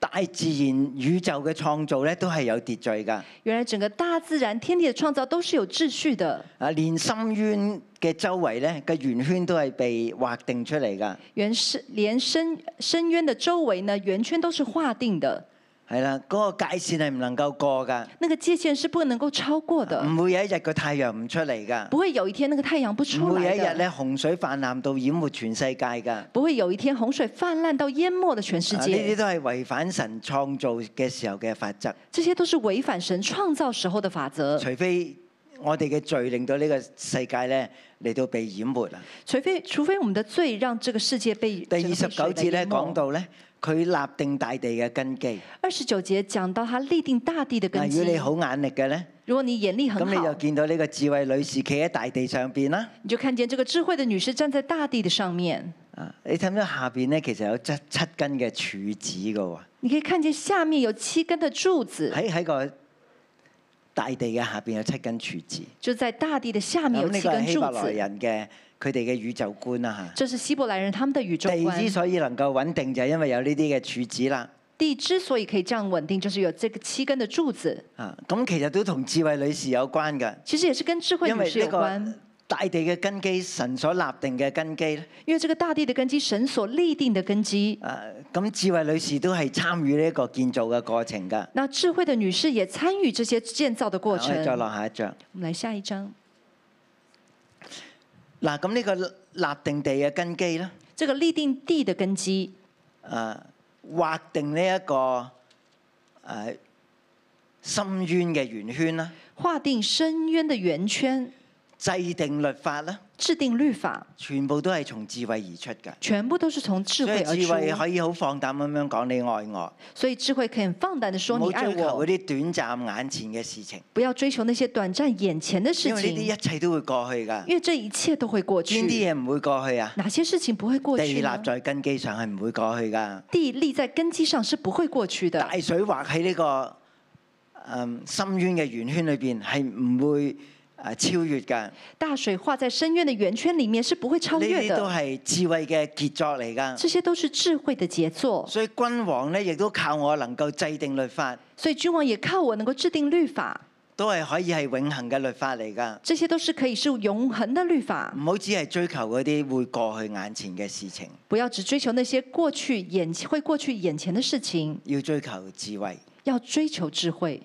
B: 大自然宇宙嘅創造咧都係有秩序㗎。
C: 原来整个大自然、天地的创造都是有秩序的，
B: 啊，連深淵嘅周圍咧嘅圓圈都係被劃定出嚟㗎。
C: 原深连深深渊的周围呢，圆圈都是划定的，
B: 係啦，嗰、個界線係唔能夠過㗎，
C: 那个界限是不能够超过的，
B: 唔會有一日個太陽唔出嚟㗎，
C: 不会有一天那个太阳不出
B: 唔會有
C: 来
B: 一日
C: 的，
B: 咧洪水泛濫到淹沒全世界㗎。啊
C: 不会有一天洪水泛滥到淹没了全世
B: 呢啲
C: 界，
B: 都係違反神創造嘅時候嘅法則，
C: 这些都是违反神创造时候的法则。
B: 除非我哋嘅罪令到呢個世界咧嚟到被淹沒啦。
C: 除非除非我们的罪让这个世界被
B: 第二十九節咧講
C: 讲
B: 到咧，佢立定大地嘅根基。
C: 哦二十九节讲到他立定大地的
B: 嗱，
C: 根
B: 如
C: 基
B: 果。你好眼力嘅咧，
C: 如果你眼力
B: 咁
C: 很
B: 你就
C: 好，
B: 見到呢個智慧女士企喺大地上邊啦。
C: 你就看见这个智慧的女士站在大地的上面。
B: 啊，你睇唔睇下邊咧？其實有七七根嘅柱子嘅喎，
C: 你可以看见下面有七根的柱子，
B: 喺喺個大地嘅下邊有七根柱子。
C: 就在大地的下面
B: 咁
C: 有
B: 呢
C: 七
B: 個
C: 根
B: 係希
C: 柱
B: 伯來
C: 子。
B: 人嘅佢哋嘅宇宙觀啦
C: 这是希伯来人他们的宇宙
B: 嚇。地
C: 观
B: 之。所以能夠穩定，就係因為有呢啲嘅柱子啦。
C: 地之所以可以这样稳定，就是有这个七根的柱子，
B: 啊，咁其實都同智慧女士有關嘅，
C: 其实也是跟智慧
B: 因
C: 女
B: 為
C: 士
B: 呢
C: 有
B: 個
C: 关。
B: 大地嘅根基，神所立定嘅根基咧。
C: 因为这个大地的根基，神所立定的根基。
B: 啊，咁智慧女士都係參與呢一個建造嘅過程㗎。啊
C: 那智慧的女士也参与这些建造的
B: 我
C: 过程。
B: 哋再落下一章。
C: 我们来下一章。
B: 嗱，咁呢個立定地嘅根基咧，
C: 这个立定地的根基，
B: 啊，劃定呢、一個誒深淵嘅圓圈啦，
C: 划定深渊的圆圈，
B: 制定律法啦，
C: 制定律法，
B: 全部都係從智慧而出㗎。
C: 全部都是从智
B: 所
C: 慧
B: 以
C: 而
B: 智慧
C: 出。
B: 可以好放膽咁樣講你愛我，
C: 所以智慧可以很放胆的说：“
B: 冇
C: 你爱
B: 追求嗰
C: 我，
B: 啲短暫眼前嘅事情，
C: 不要追求那些短暂眼前的事
B: 因為
C: 情，
B: 呢啲一切都會過去㗎。
C: 因為这一切都会过
B: 邊
C: 去。
B: 啲嘢唔會過去啊？
C: 哪些事情不会过
B: 地
C: 去
B: 立
C: 呢？
B: 在根基上係唔會過去㗎。
C: 地立在根基上是不会过去的。
B: 大水劃喺呢個嗯深淵嘅圓圈裏邊係唔會誒超越㗎。呢
C: 大水化在深渊的圆圈里面是不会超越
B: 啲都
C: 的。
B: 係智慧嘅傑作嚟㗎。
C: 这些都是智慧的杰作。
B: 所以君王咧，亦都靠我能夠制定律法，
C: 所以君王也靠我能够制定律法，
B: 都係可以係永恆嘅律法嚟㗎。
C: 这些都是可以是永恒的律法。
B: 唔好只係追求嗰啲會過去眼前嘅事情，
C: 不要只追求那些过去眼会过去眼前的事情，
B: 要追求智慧。
C: 要追求智慧。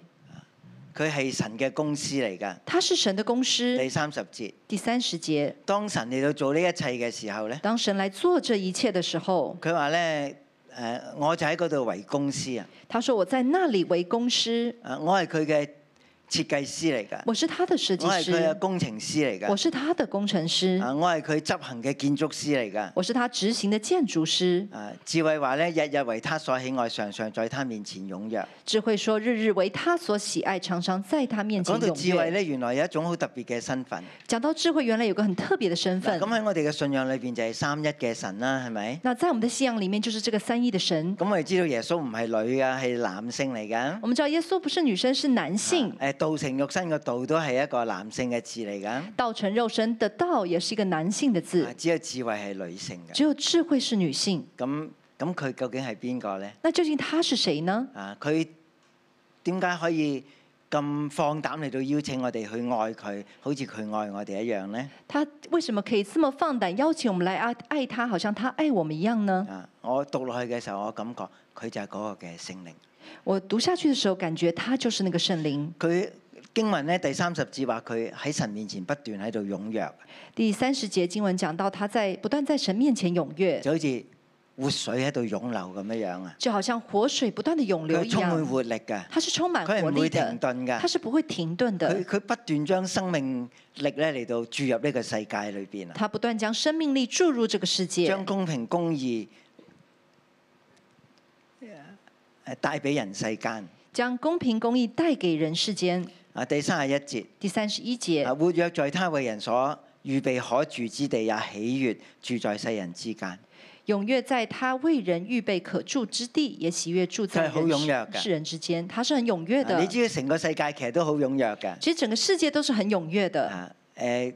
B: 佢係神嘅公司嚟㗎。
C: 它是神的公
B: 第
C: 司。
B: 三十節，
C: 第三十节，
B: 當神嚟到做呢一切嘅時候咧，
C: 当神来做这一切的时候，
B: 佢話咧誒，我就喺嗰度為公司啊。
C: 他说：“我在那里为公司，
B: 啊，我係佢嘅設計師嚟㗎，
C: 我是他的设计
B: 我係佢
C: 师
B: 嘅，工程師嚟
C: 我
B: 㗎，
C: 是他的工程师，
B: 啊，我係佢執行嘅建築師嚟㗎。
C: 我是他执行的建筑师。
B: 啊，智慧話咧，日日為他所喜愛，常常在他面前踴躍。
C: 智慧说：日日为他所喜爱，常常在他面前
B: 講到智慧
C: 踊跃。
B: 咧，原來有一種好特別嘅身份。”
C: 讲到智慧，原来有个很特别的身
B: 嗱
C: 份
B: 咁。喺我哋嘅信仰裏邊就係三一嘅神啦，係咪？
C: 那在我们的信仰里面，就是这个三一的神。
B: 咁我哋知道耶穌唔係女㗎，係男性嚟㗎。啊
C: 我们知道耶稣不是女生，是男性。
B: 誒，道成肉身個道都係一個男性嘅字嚟㗎。啊
C: 道成肉身的道也是一个男性的字，
B: 只有智慧係女性
C: 只
B: 㗎。
C: 有智慧是女性。
B: 咁咁佢究竟係邊個咧？
C: 那究竟他是谁呢？
B: 啊，佢點解可以咁放膽嚟到邀請我哋去愛佢，好似佢愛我哋一樣呢？
C: 他为什么可以这么放胆邀请我们来爱爱他，好像他爱我们一样呢？
B: 啊，我讀落去嘅時候，我感覺佢就係嗰個嘅聖靈。
C: 我读下去的时候，感觉他就是那个圣灵。
B: 佢經文咧第三十節話佢喺神面前不斷喺度踴躍，
C: 第三十节经文讲到他在不断在神面前踊跃，
B: 就好似活水喺度湧流咁樣樣啊！
C: 就好像活水不断的涌流
B: 佢
C: 一
B: 充滿
C: 样。
B: 活力㗎，
C: 它是充满
B: 佢係
C: 活
B: 唔
C: 力
B: 會停
C: 的，
B: 頓
C: 它
B: 㗎。
C: 是不会停顿
B: 佢
C: 的。
B: 佢不斷將生命力咧嚟到注入呢個世界裏邊啊，
C: 它不断将生命力注入这个世界
B: 將，公平公義誒帶俾人世間。
C: 将公平公义带给人世间。
B: 啊，第三十一節。
C: 第三十一节
B: 啊，，活躍在他為人所預備可住之地，也喜悦住在世人之間。
C: 踊跃在他为人预备可住之地，也喜悦住在
B: 佢係好
C: 人
B: 踴躍嘅
C: 世人之间。他是很踊跃
B: 啊
C: 的
B: 你，知道成個世界其實都好踴躍嘅。
C: 其实整个世界都是很踊跃的。
B: 啊，誒、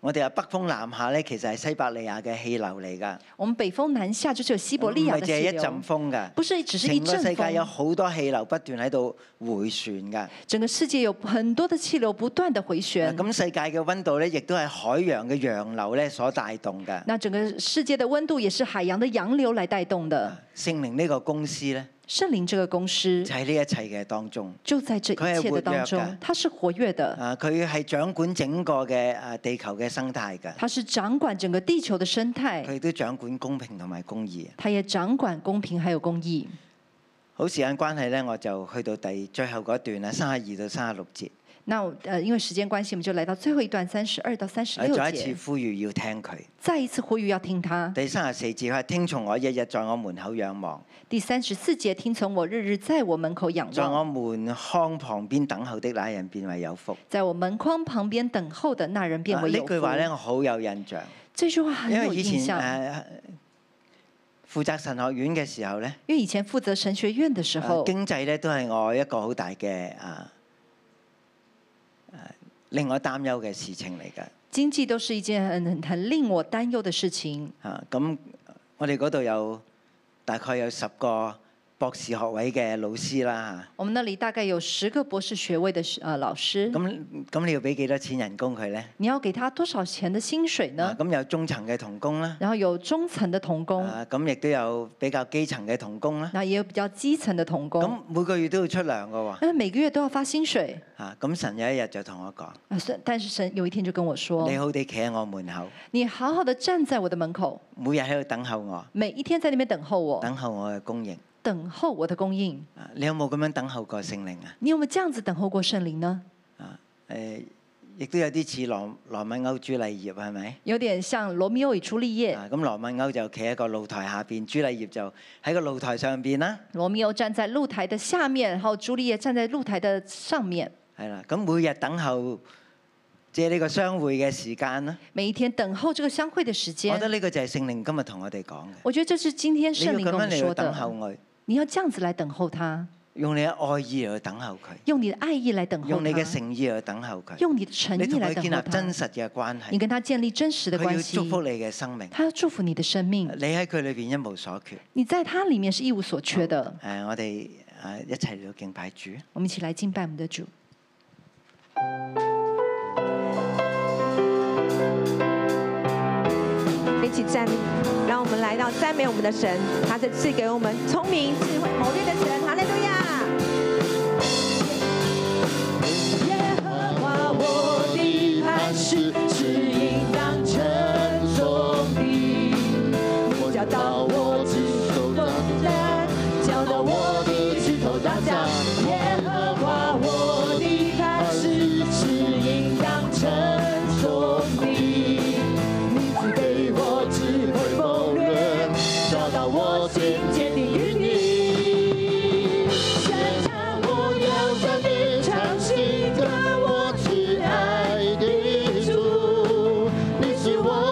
B: 我哋話北風南下咧，其實係西伯利亞嘅氣流嚟㗎，
C: 我们北风南下就是有西伯
B: 唔
C: 利亞
B: 係淨係
C: 的气
B: 一
C: 流
B: 陣，風㗎。
C: 不是只是一
B: 成個
C: 阵
B: 世界有
C: 风，
B: 好多氣流不斷喺度回旋㗎。
C: 整个世界有很多的气流不断的回旋。
B: 咁世界嘅温度咧，亦都係海洋嘅洋流咧所帶動㗎。
C: 那整个世界的温度也是海洋的洋流来带动的。
B: 聖靈呢個公司咧，
C: 圣灵这个公司
B: 就喺呢一切嘅當中。
C: 就在这
B: 佢係
C: 一切
B: 活
C: 的
B: 躍
C: 当
B: 嘅
C: 中，它是活跃的，
B: 啊，佢係掌管整個嘅啊地球嘅生態㗎。
C: 它是掌管整个地球的生态，
B: 佢都掌管公平同埋公義。
C: 它也掌管公平还有公义。
B: 好時間關係呢，我就去到第最後嗰段啦，啊三十二到三十六節。
C: 那我呃，因为时间关系，我们就来到最后一段三十二到三十
B: 啊
C: 六
B: 再一
C: 节
B: 次，呼籲要聽佢。
C: 再一次呼吁要听他。
B: 第三十四節佢話：聽從我，日日在我門口仰望，
C: 第三十四节，听从我，日日在我门口仰
B: 在我
C: 望，
B: 門框旁邊等候的那人變為有福。
C: 在我門框旁邊等候的那人
B: 啊
C: 变为
B: 呢
C: 有福。
B: 句話呢，我好有印象，
C: 这句话很
B: 因
C: 有
B: 為以
C: 印
B: 前哎
C: 象，
B: 誒負責神學院嘅時候呢，
C: 因为以前负责神学院的时
B: 啊
C: 候，
B: 經濟呢都係我一個好大嘅啊啊令我擔憂嘅事情嚟㗎。
C: 经济都是一件很很很令我担忧的事情。
B: 啊，咁我哋嗰度有大概有十個博士學位嘅老師啦啊
C: 我们那里大概有十个博士学位的呃老师
B: 嚇，咁咁你要俾幾多錢人工佢呢？
C: 你要给他多少钱的薪水
B: 啊
C: 呢？
B: 咁有中層嘅童工啦，
C: 然后有中层的童工，
B: 啊，咁亦都有比較基層嘅童工啦。
C: 那也有比較基層的童工，
B: 咁每個月都要出糧嘅喎，
C: 但是每個月都要發薪水。
B: 啊，咁神有一日就同我講：
C: 啊，是但是神有一天就跟我说
B: 你：“好地企喺我門口，
C: 你好好的站在我的门口，
B: 每日喺度等候我，
C: 每一天在那边等候我，
B: 等候我嘅供應。
C: 等候我的供應。
B: 啊你有冇咁樣等候過聖靈啊？
C: 你有沒有這樣子等候過聖靈呢？
B: 誒、亦都有啲似羅羅密歐朱麗葉係咪？
C: 有點像羅密歐與朱麗葉，
B: 啊，咁羅密歐就企喺個露台下邊，朱麗葉就喺個露台上邊啦，
C: 羅密歐站在露台的下面，然後朱麗葉站在露台的上面，
B: 係啦。咁每日等候借呢個相會嘅時間啦，
C: 每一天等候這個相會的時
B: 我覺
C: 間
B: 得。呢個就係聖靈今日同我哋講嘅。
C: 我覺得這是今天
B: 你
C: 聖靈
B: 要
C: 跟我
B: 咁樣
C: 們
B: 嚟到
C: 說
B: 等候
C: 的。
B: 佢，
C: 你要這樣子來等候他，
B: 用你嘅愛意嚟到等候佢，
C: 用你的愛意來等候
B: 用你嘅
C: 他，
B: 誠意嚟到等候佢，
C: 用你的誠
B: 你
C: 意
B: 同
C: 來
B: 佢
C: 等
B: 建
C: 候
B: 立真
C: 他。
B: 實嘅關
C: 你
B: 係，
C: 跟他建立真實的
B: 佢
C: 關
B: 要祝福
C: 係，
B: 你呃嘅生命，
C: 他要祝福你的生命。
B: 你喺佢裏邊一無所缺。
C: 你在他裡面是一無所缺的。
B: 誒，我哋誒一齊嚟到敬拜主。
C: 我們一起來敬拜我們的主。
D: 一起站立，让我们来到赞美我们的神，他是赐给我们聪明、智慧、谋略的神，哈利路亚。
E: 耶和华我的磐石，是应当称颂的。我教导我指头当家，教导我的指头当家。耶和华我的磐石，是应当称颂的。你赐给我智慧谋略，教导我心坚定与你。擅长我要真的尝试着我挚爱的主，你是我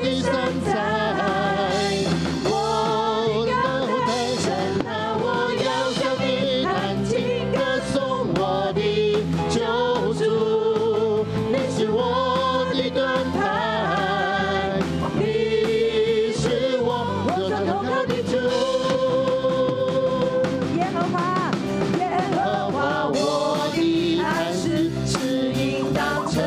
E: 的山寨，我要抬升他，我要向你弹琴歌颂我的救主，你是我的盾牌，你是我我转头靠的主。
D: 耶和华，耶和
E: 刻画
D: 华，
E: 我的磐石是应当称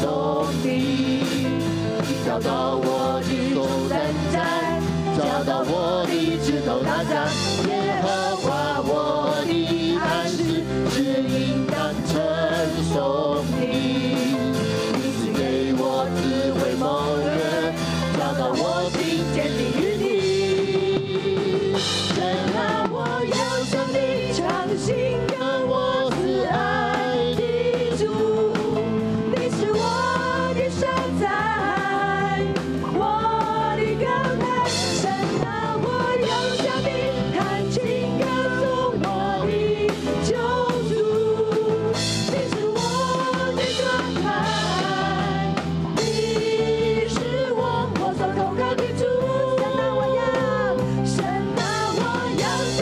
E: 颂的，教导我举手赞赞，教导我的指头大赞，耶和华我的磐石是应当称颂的。你赐给我智慧谋略，教导我心坚定于你。神啊，我要向你唱新歌，我是爱的主，你是我的山寨，我的高台。神啊，我要向你弹情歌。
F: 啊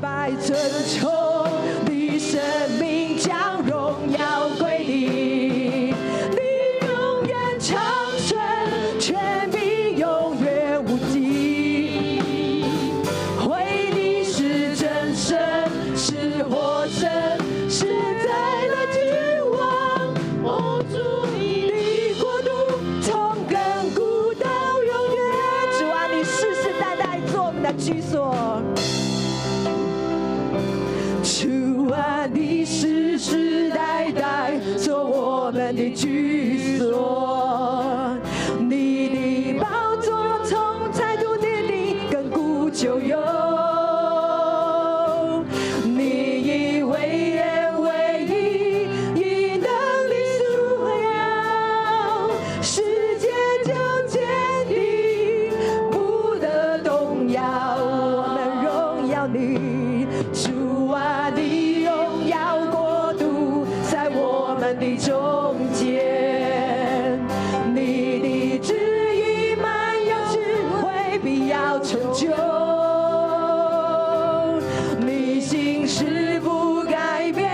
G: 来尊崇你，生命将荣耀归你。你永远长存，权柄永远无敌。回你是真神，是活神，是在的君王。我祝你的国度从亘古到永远。
E: 主啊，你世世代代做我们的居所。
G: 主啊，你世世代代做我们的居所，你的宝座从太度奠定，亘古久有。你以为人为义，以能力赎回了世界就坚定，不得动摇。我们荣耀你，主啊，你荣耀国度在我们的中间。你的旨意满有智慧，必要成就。你心事不改变，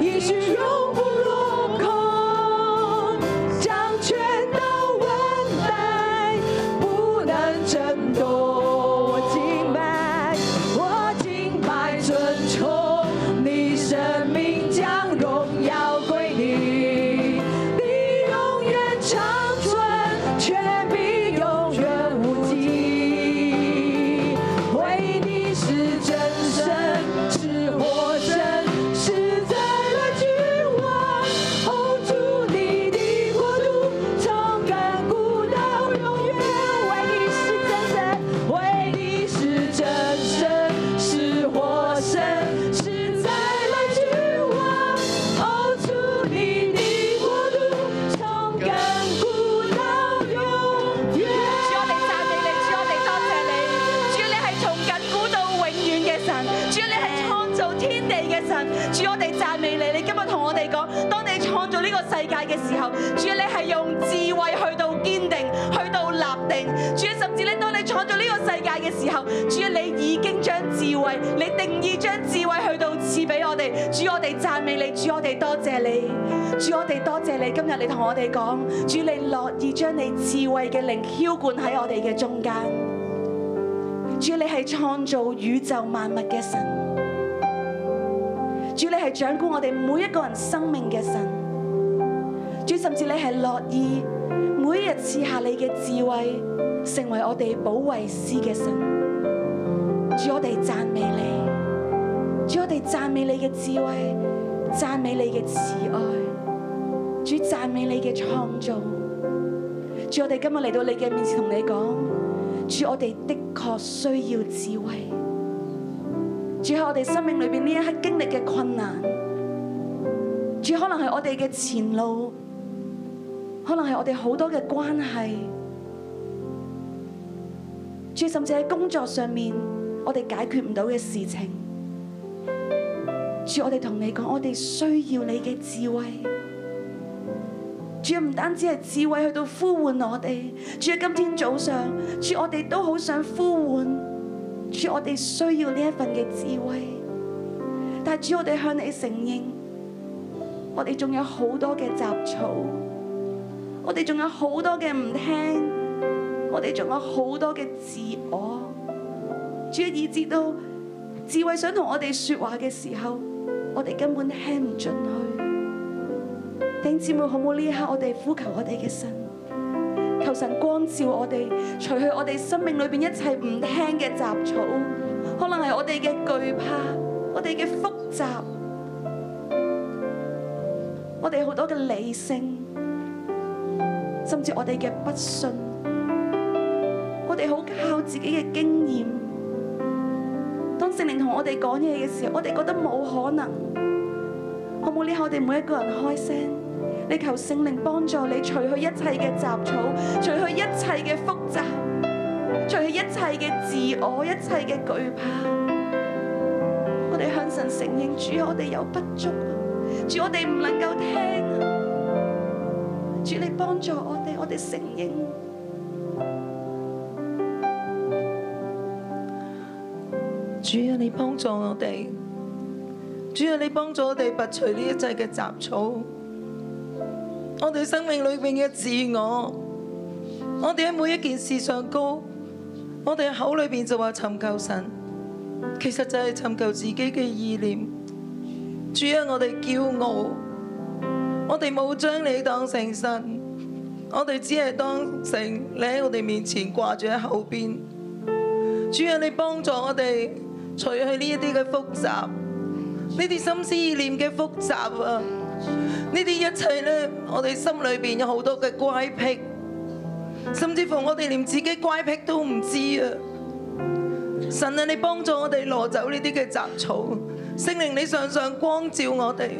G: 也许永不落空，掌权到万代，不能震动。我敬拜，我敬拜，尊崇你生命，将荣耀归你。你永远长存，权柄永远无尽。为你是真神，是活神，是在的君王。哦，主你的国度从亘古到永远。为你是真神，为你是真神，是活神，是在的君王。哦，主你的国度从亘古到永远。
F: 主我哋赞美你，主我哋多谢你，主你係從緊古到永遠嘅神，主你係創造天地嘅神，主我哋讚美你。你今日同我哋講，當你創造呢個世界嘅時候，主你係用智慧去到堅定，去到立定，主甚至你當你創造呢個世界嘅時候，主你已經將智慧，你定義將智慧去到賜俾我哋，主我哋讚美你，主我哋多謝你。主，我哋多謝你今日你同我哋講，主你樂意將你智慧嘅靈澆灌喺我哋嘅中間。主，你係創造宇宙萬物嘅神，主你係掌管我哋每一個人生命嘅神，主甚至你係樂意每一日賜下你嘅智慧，成為我哋保惠師嘅神。主，我哋讚美你。主，我哋讚美你嘅智慧，讚美你嘅慈愛，主讚美你嘅創造。主，我哋今日嚟到你嘅面前同你講，主，我哋的確需要智慧。主啊喺我哋生命裏邊呢一刻經歷嘅困難，主可能係我哋嘅前路，可能係我哋好多嘅關係，主甚至喺工作上面我哋解決唔到嘅事情。主，我哋同你講，我哋需要你嘅智慧。主唔單止係智慧去到呼喚我哋，主今天早上，主我哋都好想呼喚，主我哋需要呢一份嘅智慧。但係主，我哋向你承認，我哋仲有好多嘅雜草，我哋仲有好多嘅唔聽，我哋仲有好多嘅自我。主以至到智慧想同我哋說話嘅時候，我哋根本聽唔進去。弟兄姊妹，好唔好呢一刻我哋呼求我哋嘅神，求神光照我哋，除去我哋生命裏邊一切唔聽嘅雜草，可能係我哋嘅懼怕，我哋嘅複雜，我哋好多嘅理性，甚至我哋嘅不信，我哋好靠自己嘅經驗。當聖靈同我哋講嘢嘅時候，我哋覺得冇可能。好冇呢？我哋每一個人開聲，你求聖靈幫助你，除去一切嘅雜草，除去一切嘅複雜，除去一切嘅自我，一切嘅懼怕。我哋向神承認，主，我哋有不足，啊主，我哋唔能夠聽，啊主，你幫助我哋，我哋承認。
H: 主啊，你幫助我哋，主啊，你幫助我哋拔除呢一切嘅雜草，我哋生命裏面嘅自我，我哋喺每一件事上高，我哋口裏面就話尋求神，其實就係尋求自己嘅意念。主啊，我哋驕傲，我哋冇將你當成神，我哋只係當成你喺我哋面前掛住喺後邊。主啊，你幫助我哋除去呢一啲嘅複雜，呢啲心思意念嘅複雜啊，呢啲一切呢，我哋心裏邊有好多嘅乖僻，甚至乎我哋連自己乖僻都唔知啊！神啊，你幫助我哋攞走呢啲嘅雜草，聖靈你常常光照我哋，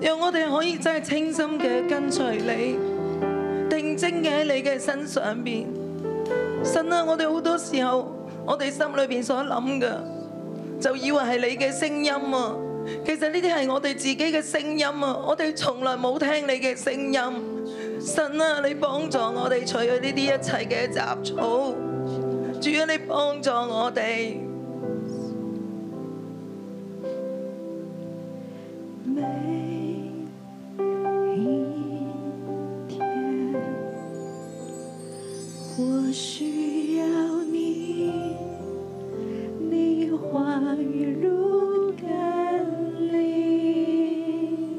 H: 讓我哋可以真係清心嘅跟隨你，定睛嘅喺你嘅身上面。神啊，我哋好多時候，我哋心裏邊所諗嘅，就以為係你嘅聲音啊。其實呢啲係我哋自己嘅聲音啊，我哋從來冇聽你嘅聲音。神啊，你幫助我哋除去呢啲一切嘅雜草。主啊，你幫助我哋。
D: 每一天，我需要你，你话语如甘霖，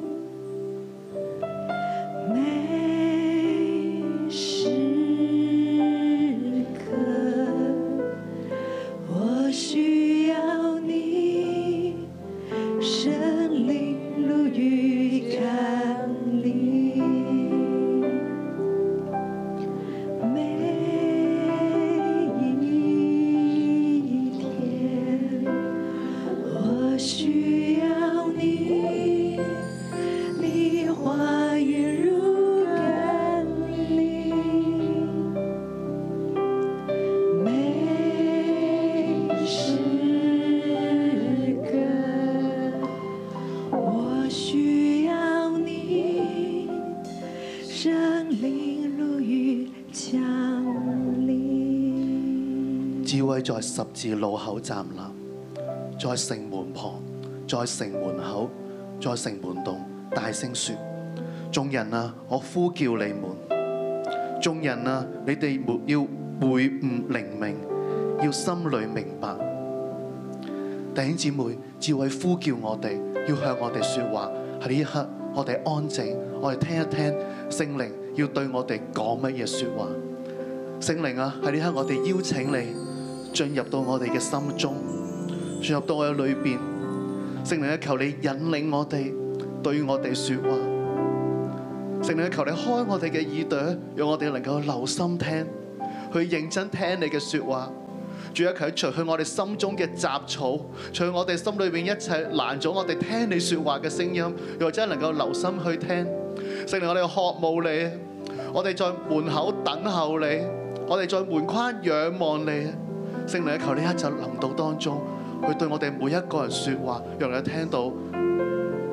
D: 每时刻，我需要你。神灵如雨甘霖，每一天我需要你，你话语如甘霖。每时刻，我需要你，圣灵如雨降临。
I: 智慧在十字路口站立，在城門旁，在城門口，在城門洞，大聲説：眾人啊，我呼叫你們！眾人啊，你哋沒要會悟靈明，要心裏明白。弟兄姊妹，智慧呼叫我哋，要向我哋説話。喺呢一刻，我哋安靜，我哋聽一聽聖靈要對我哋講乜嘢説話。聖靈啊，喺呢刻我哋邀請你進入到我哋嘅心中，進入到我哋裏邊。聖靈啊，求你引領我哋，對我哋説話。聖靈啊，求你開我哋嘅耳朵，讓我哋能夠留心聽，去認真聽你嘅説話。主啊，佢除去我哋心中嘅雜草，除去我哋心裏邊一切攔阻我哋聽你説話嘅聲音，又真係能夠留心去聽。聖靈，我哋渴慕你，我哋在門口等候你，我哋在門框仰望你。聖靈，求呢一刻就臨到當中，去對我哋每一個人説話，讓你聽到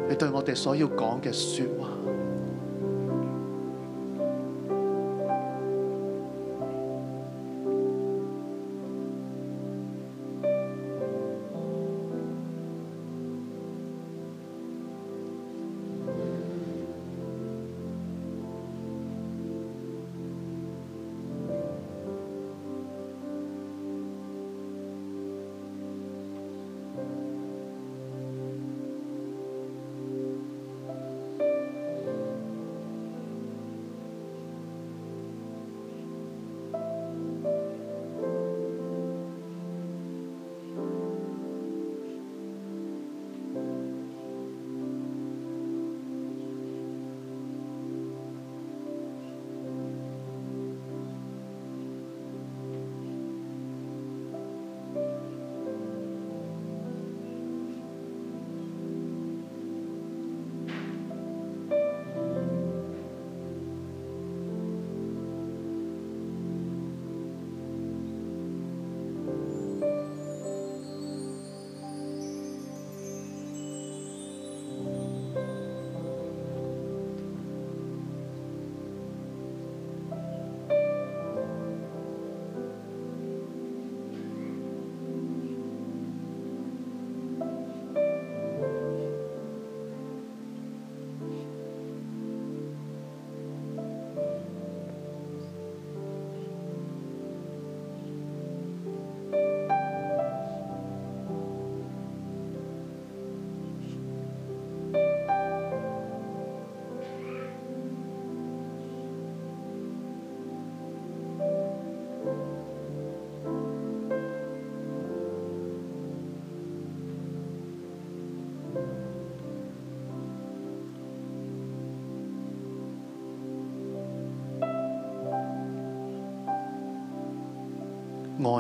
I: 你對我哋所要講嘅説話。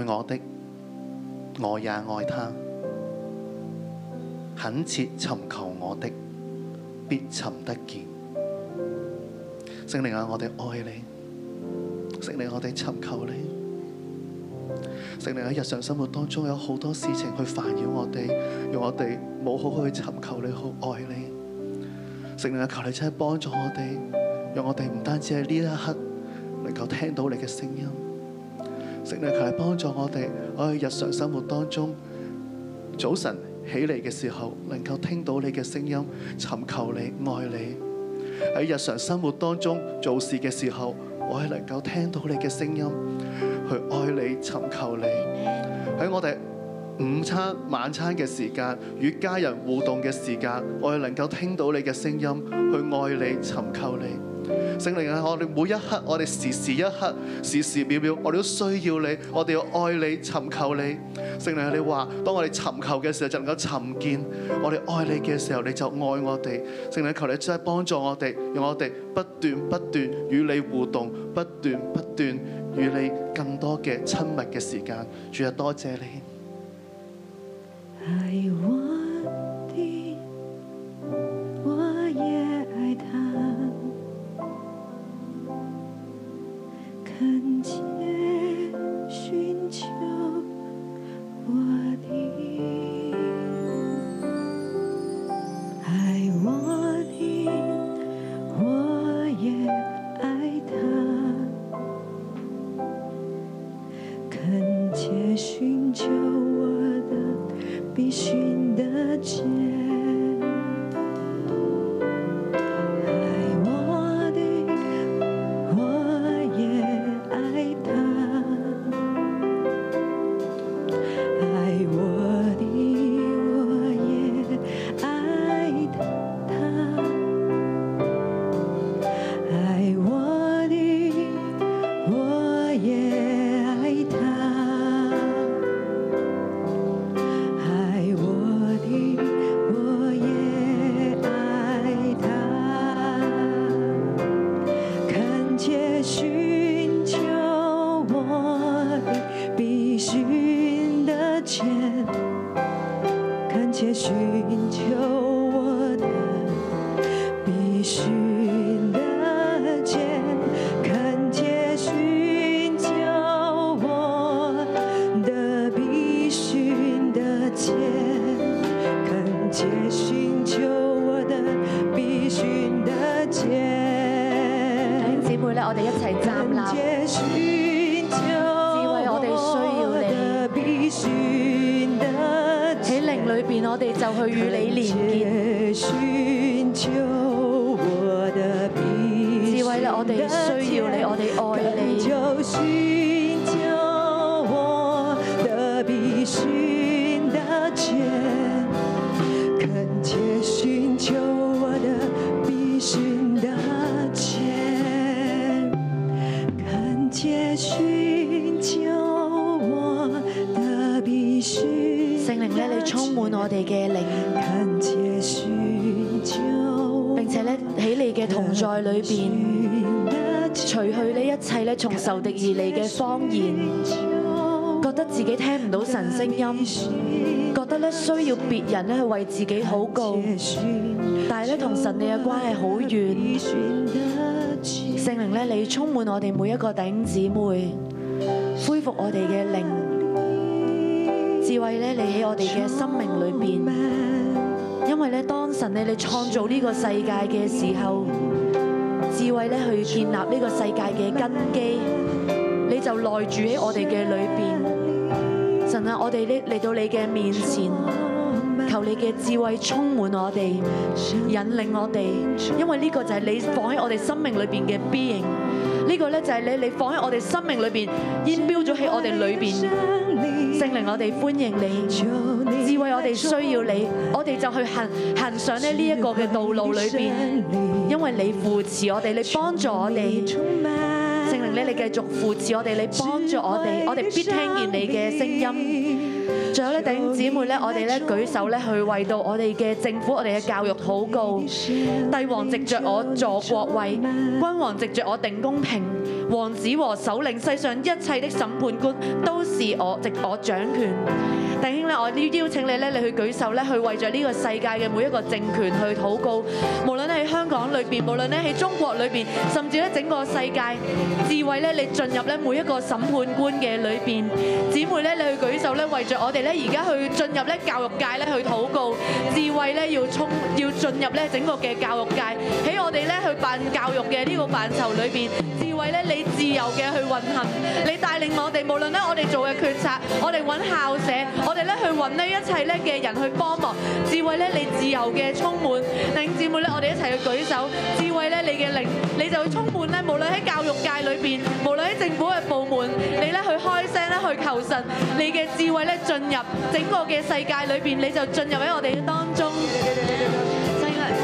I: 我的，我也愛他。懇切尋求我的，必尋得見。聖靈啊，我哋愛你，聖靈，我哋尋求你。聖靈喺日常生活當中有好多事情去煩擾我哋，讓我哋冇好好去尋求你，好愛你。聖靈啊，求你真係幫助我哋，讓我哋唔單止喺呢一刻能夠聽到你嘅聲音。聖靈啊，求你幫助我哋，我喺日常生活當中，早晨起嚟嘅時候能夠聽到你嘅聲音，尋求你，愛你。喺日常生活當中做事嘅時候，我係能夠聽到你嘅聲音，去愛你，尋求你。喺我哋午餐、晚餐嘅時間，與家人互動嘅時間，我係能夠聽到你嘅聲音，去愛你、尋求你。聖靈啊，我哋每一刻，我哋時時一刻、時時秒秒，我哋都需要你，我哋要愛你、尋求你。聖靈啊，你話當我哋尋求嘅時候就能夠尋見，我哋愛你嘅時候你就愛我哋。聖靈啊，求你真係幫助我哋，讓我哋不斷不斷與你互動，不斷不斷與你更多嘅親密嘅時間。主啊，多謝你。
D: 爱我的，我也爱他。恳切寻求我的，爱我的，我也爱他。恳切寻求我的，必寻得见。爱我的，我也爱他；爱我的，我也爱他；爱我的。我也爱他，爱我的，我也爱他。恳切寻求我的，必寻得见；恳切寻求我的。必寻得见，看见寻求我的必寻得见，看见寻求我的必寻得
J: 弟兄
D: 见。
J: 姊妹咧，我哋一齊站立，喺靈裏邊，我哋就去與你連結。智慧咧，我哋需要你，我哋愛你。
D: 寻求我的必寻得见。看见寻求我的必须。
J: 聖靈咧，你充滿我哋嘅靈，
D: 看见寻求，
J: 並且咧喺你嘅同在裏邊，除去呢一切咧從仇敵而嚟嘅謊言，覺得自己聽唔到神聲音，覺得咧需要別人咧去為自己禱告，但係咧同神你嘅關係好遠。聖靈咧，你充滿我哋每一個弟兄姊妹，恢復我哋嘅靈智慧咧，你喺我哋嘅生命裏邊。因為咧，當神你你創造呢個世界嘅時候，智慧咧去建立呢個世界嘅根基，你就內住喺我哋嘅裏邊。神啊，我哋呢嚟到你嘅面前，求你嘅智慧充滿我哋，引領我哋，因為呢個就係你放喺我哋生命裏邊嘅 being。呢個咧就係你你放喺我哋生命裏邊煙標咗喺我哋裏邊，聖靈我哋歡迎你，智慧我哋需要你，我哋就去行行上咧呢一個嘅道路裏邊，因為你扶持我哋，你幫助我哋，聖靈咧你繼續扶持我哋，你幫助我哋，我哋必聽見你嘅聲音。仲有咧，弟兄姊妹咧，我哋咧舉手咧去為到我哋嘅政府、我哋嘅教育禱告。帝王藉着我坐國位，君王藉着我定公平，王子和首領世上一切的審判官都是我藉我掌權。弟兄咧，我邀邀請你咧，你去舉手咧，去為着呢個世界嘅每一個政權去禱告。無論喺香港裏邊，無論咧喺中國裏邊，甚至咧整個世界，智慧咧你進入咧每一個審判官嘅裏邊。姊妹咧，你去舉手咧，為着我哋咧而家去進入咧教育界咧去禱告，智慧咧要衝要進入咧整個嘅教育界，喺我哋咧去辦教育嘅呢個範疇裏邊，智慧咧你自由嘅去運行，你帶領我哋，無論咧我哋做嘅決策，我哋揾校舍，我哋咧去揾呢一切咧嘅人去幫忙，智慧咧你自由嘅充滿，弟兄姊妹咧我哋一齊去舉手，智慧咧你嘅靈，你就會充滿咧，無論喺教育界裏邊，無論喺政府嘅部門，你咧去開聲咧去求神，你嘅智慧咧進入整個嘅世界裏邊，你就進入喺我哋嘅當中。真係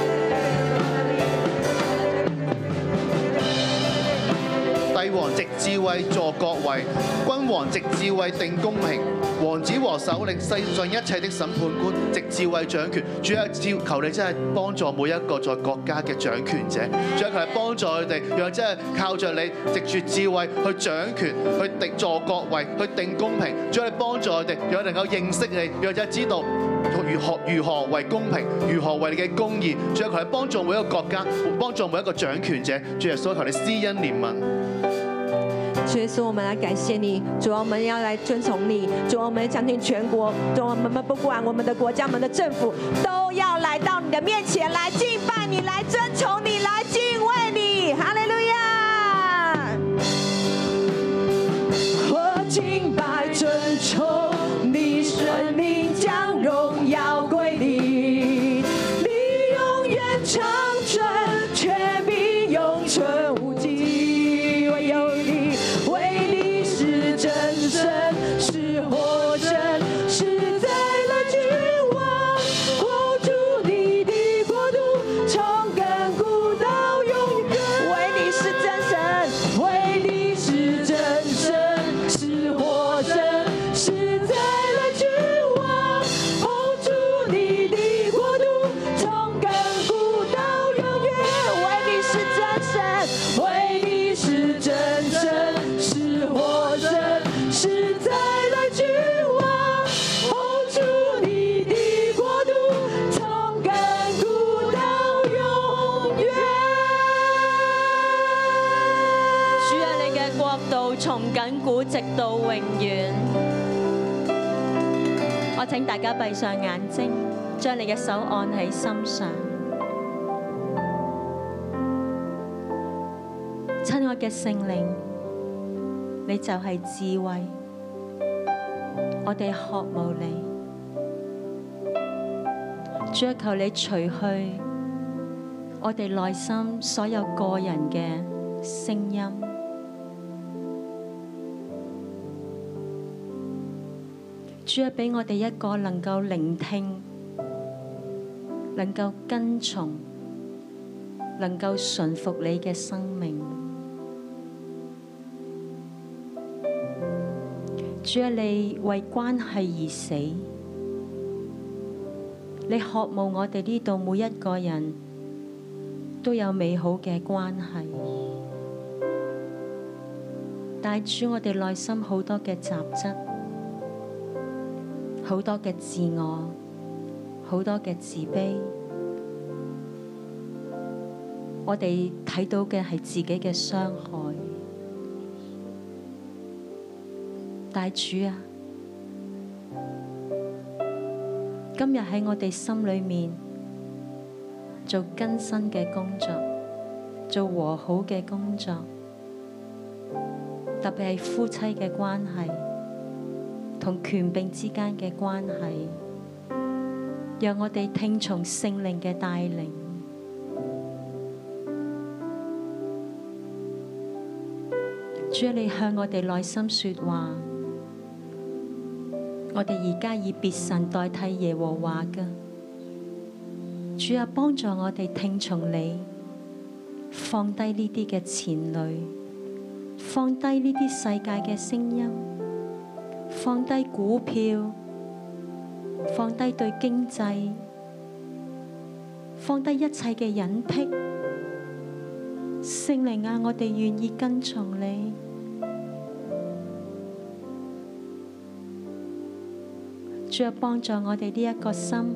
I: 帝王藉智慧坐國位，君王藉智慧定公平，王子和首領世上一切的審判官藉智慧掌權。主啊，照求你真係幫助每一個在國家嘅掌權者，主啊，求你幫助佢哋，讓真係靠着你藉住智慧去掌權，去定坐國位，去定公平。主啊，你幫助佢哋，讓佢哋能夠認識你，讓真係知道。如何如何為公平，如何為你嘅公義，主啊，求你幫助每一個國家，幫助每一個掌權者，主耶穌求你施恩憐憫。
E: 主耶稣，我们来感谢你，主啊，我们要来遵从你，主啊，我们相信全国，主啊，我们不管我们的国家、我们的政府，都要来到你的面前来敬拜你，来遵从你，来敬畏你，哈利路亚。
G: 我敬拜尊崇你，生命将荣耀归你，你永远长存，权柄永存无极。唯有你，唯你是真神，是活神，是在了君王，护住你的国度，从亘古到永远。唯你是真神，唯你是真神，是活神，是在了君王，护住你的国度，从亘古到永远。唯你是真神，唯你是真神，是活神，是在了君王，护住你的国度，从亘古到永远。
K: 主啊，你嘅國度從緊古直到永遠。我請大家閉上眼睛，將你嘅手按喺心上。親愛嘅聖靈，你就係智慧，我哋渴慕你。主啊，求你除去我哋內心所有個人嘅聲音。主啊，俾我哋一個能夠聆聽、能夠跟從、能夠順服你嘅生命。主啊，你為關係而死，你渴慕我哋呢度每一個人都有美好嘅關係。但係主，我哋內心好多嘅雜質，好多嘅自我，好多嘅自卑。我哋睇到嘅係自己嘅傷害，但係主啊，今日喺我哋心裏面做更新嘅工作，做和好嘅工作，特別係夫妻嘅關係同權柄之間嘅關係，讓我哋聽從聖靈嘅帶領。主啊，你向我哋內心說話，我哋而家以別神代替耶和華嘅。主啊，幫助我哋聽從你，放低呢啲嘅前累，放低呢啲世界嘅聲音，放低股票、放低對經濟，放低一切嘅隱癖。聖靈啊，我哋願意跟從你。主啊，幫助我哋呢一個心，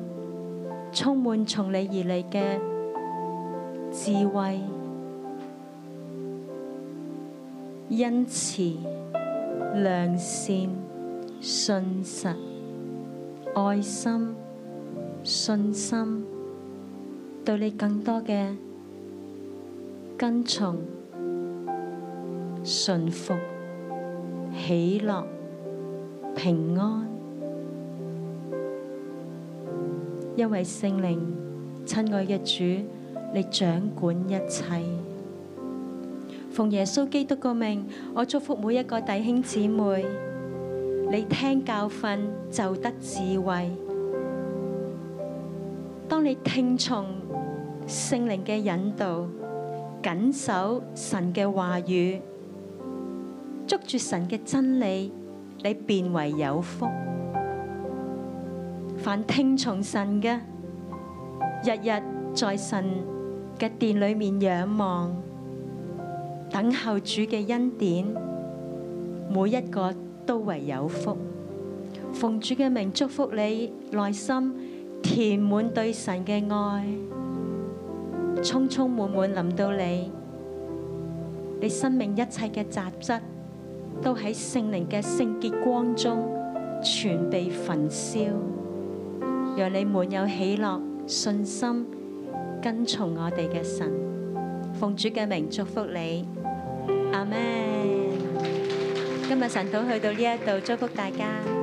K: 充滿從你而嚟嘅智慧、恩慈、良善、信實、愛心、信心，對你更多嘅跟從、順服、喜樂、平安。因為聖靈，親愛嘅主，你掌管一切。奉耶穌基督嘅名，我祝福每一個弟兄姊妹，你聽教訓就得智慧。當你聽從聖靈嘅引導，緊守神嘅話語，捉住神嘅真理，你便為有福。凡聽從神嘅，日日在神嘅殿裏面仰望，等候主嘅恩典，每一個都為有福。奉主嘅名祝福你，內心填滿對神嘅愛，充充滿滿臨到你，你生命一切嘅雜質都喺聖靈嘅聖潔光中全被焚燒。讓你滿有喜樂、信心，跟從我哋嘅神。奉主嘅名祝福你，阿門。今日神道去到呢一度，祝福大家。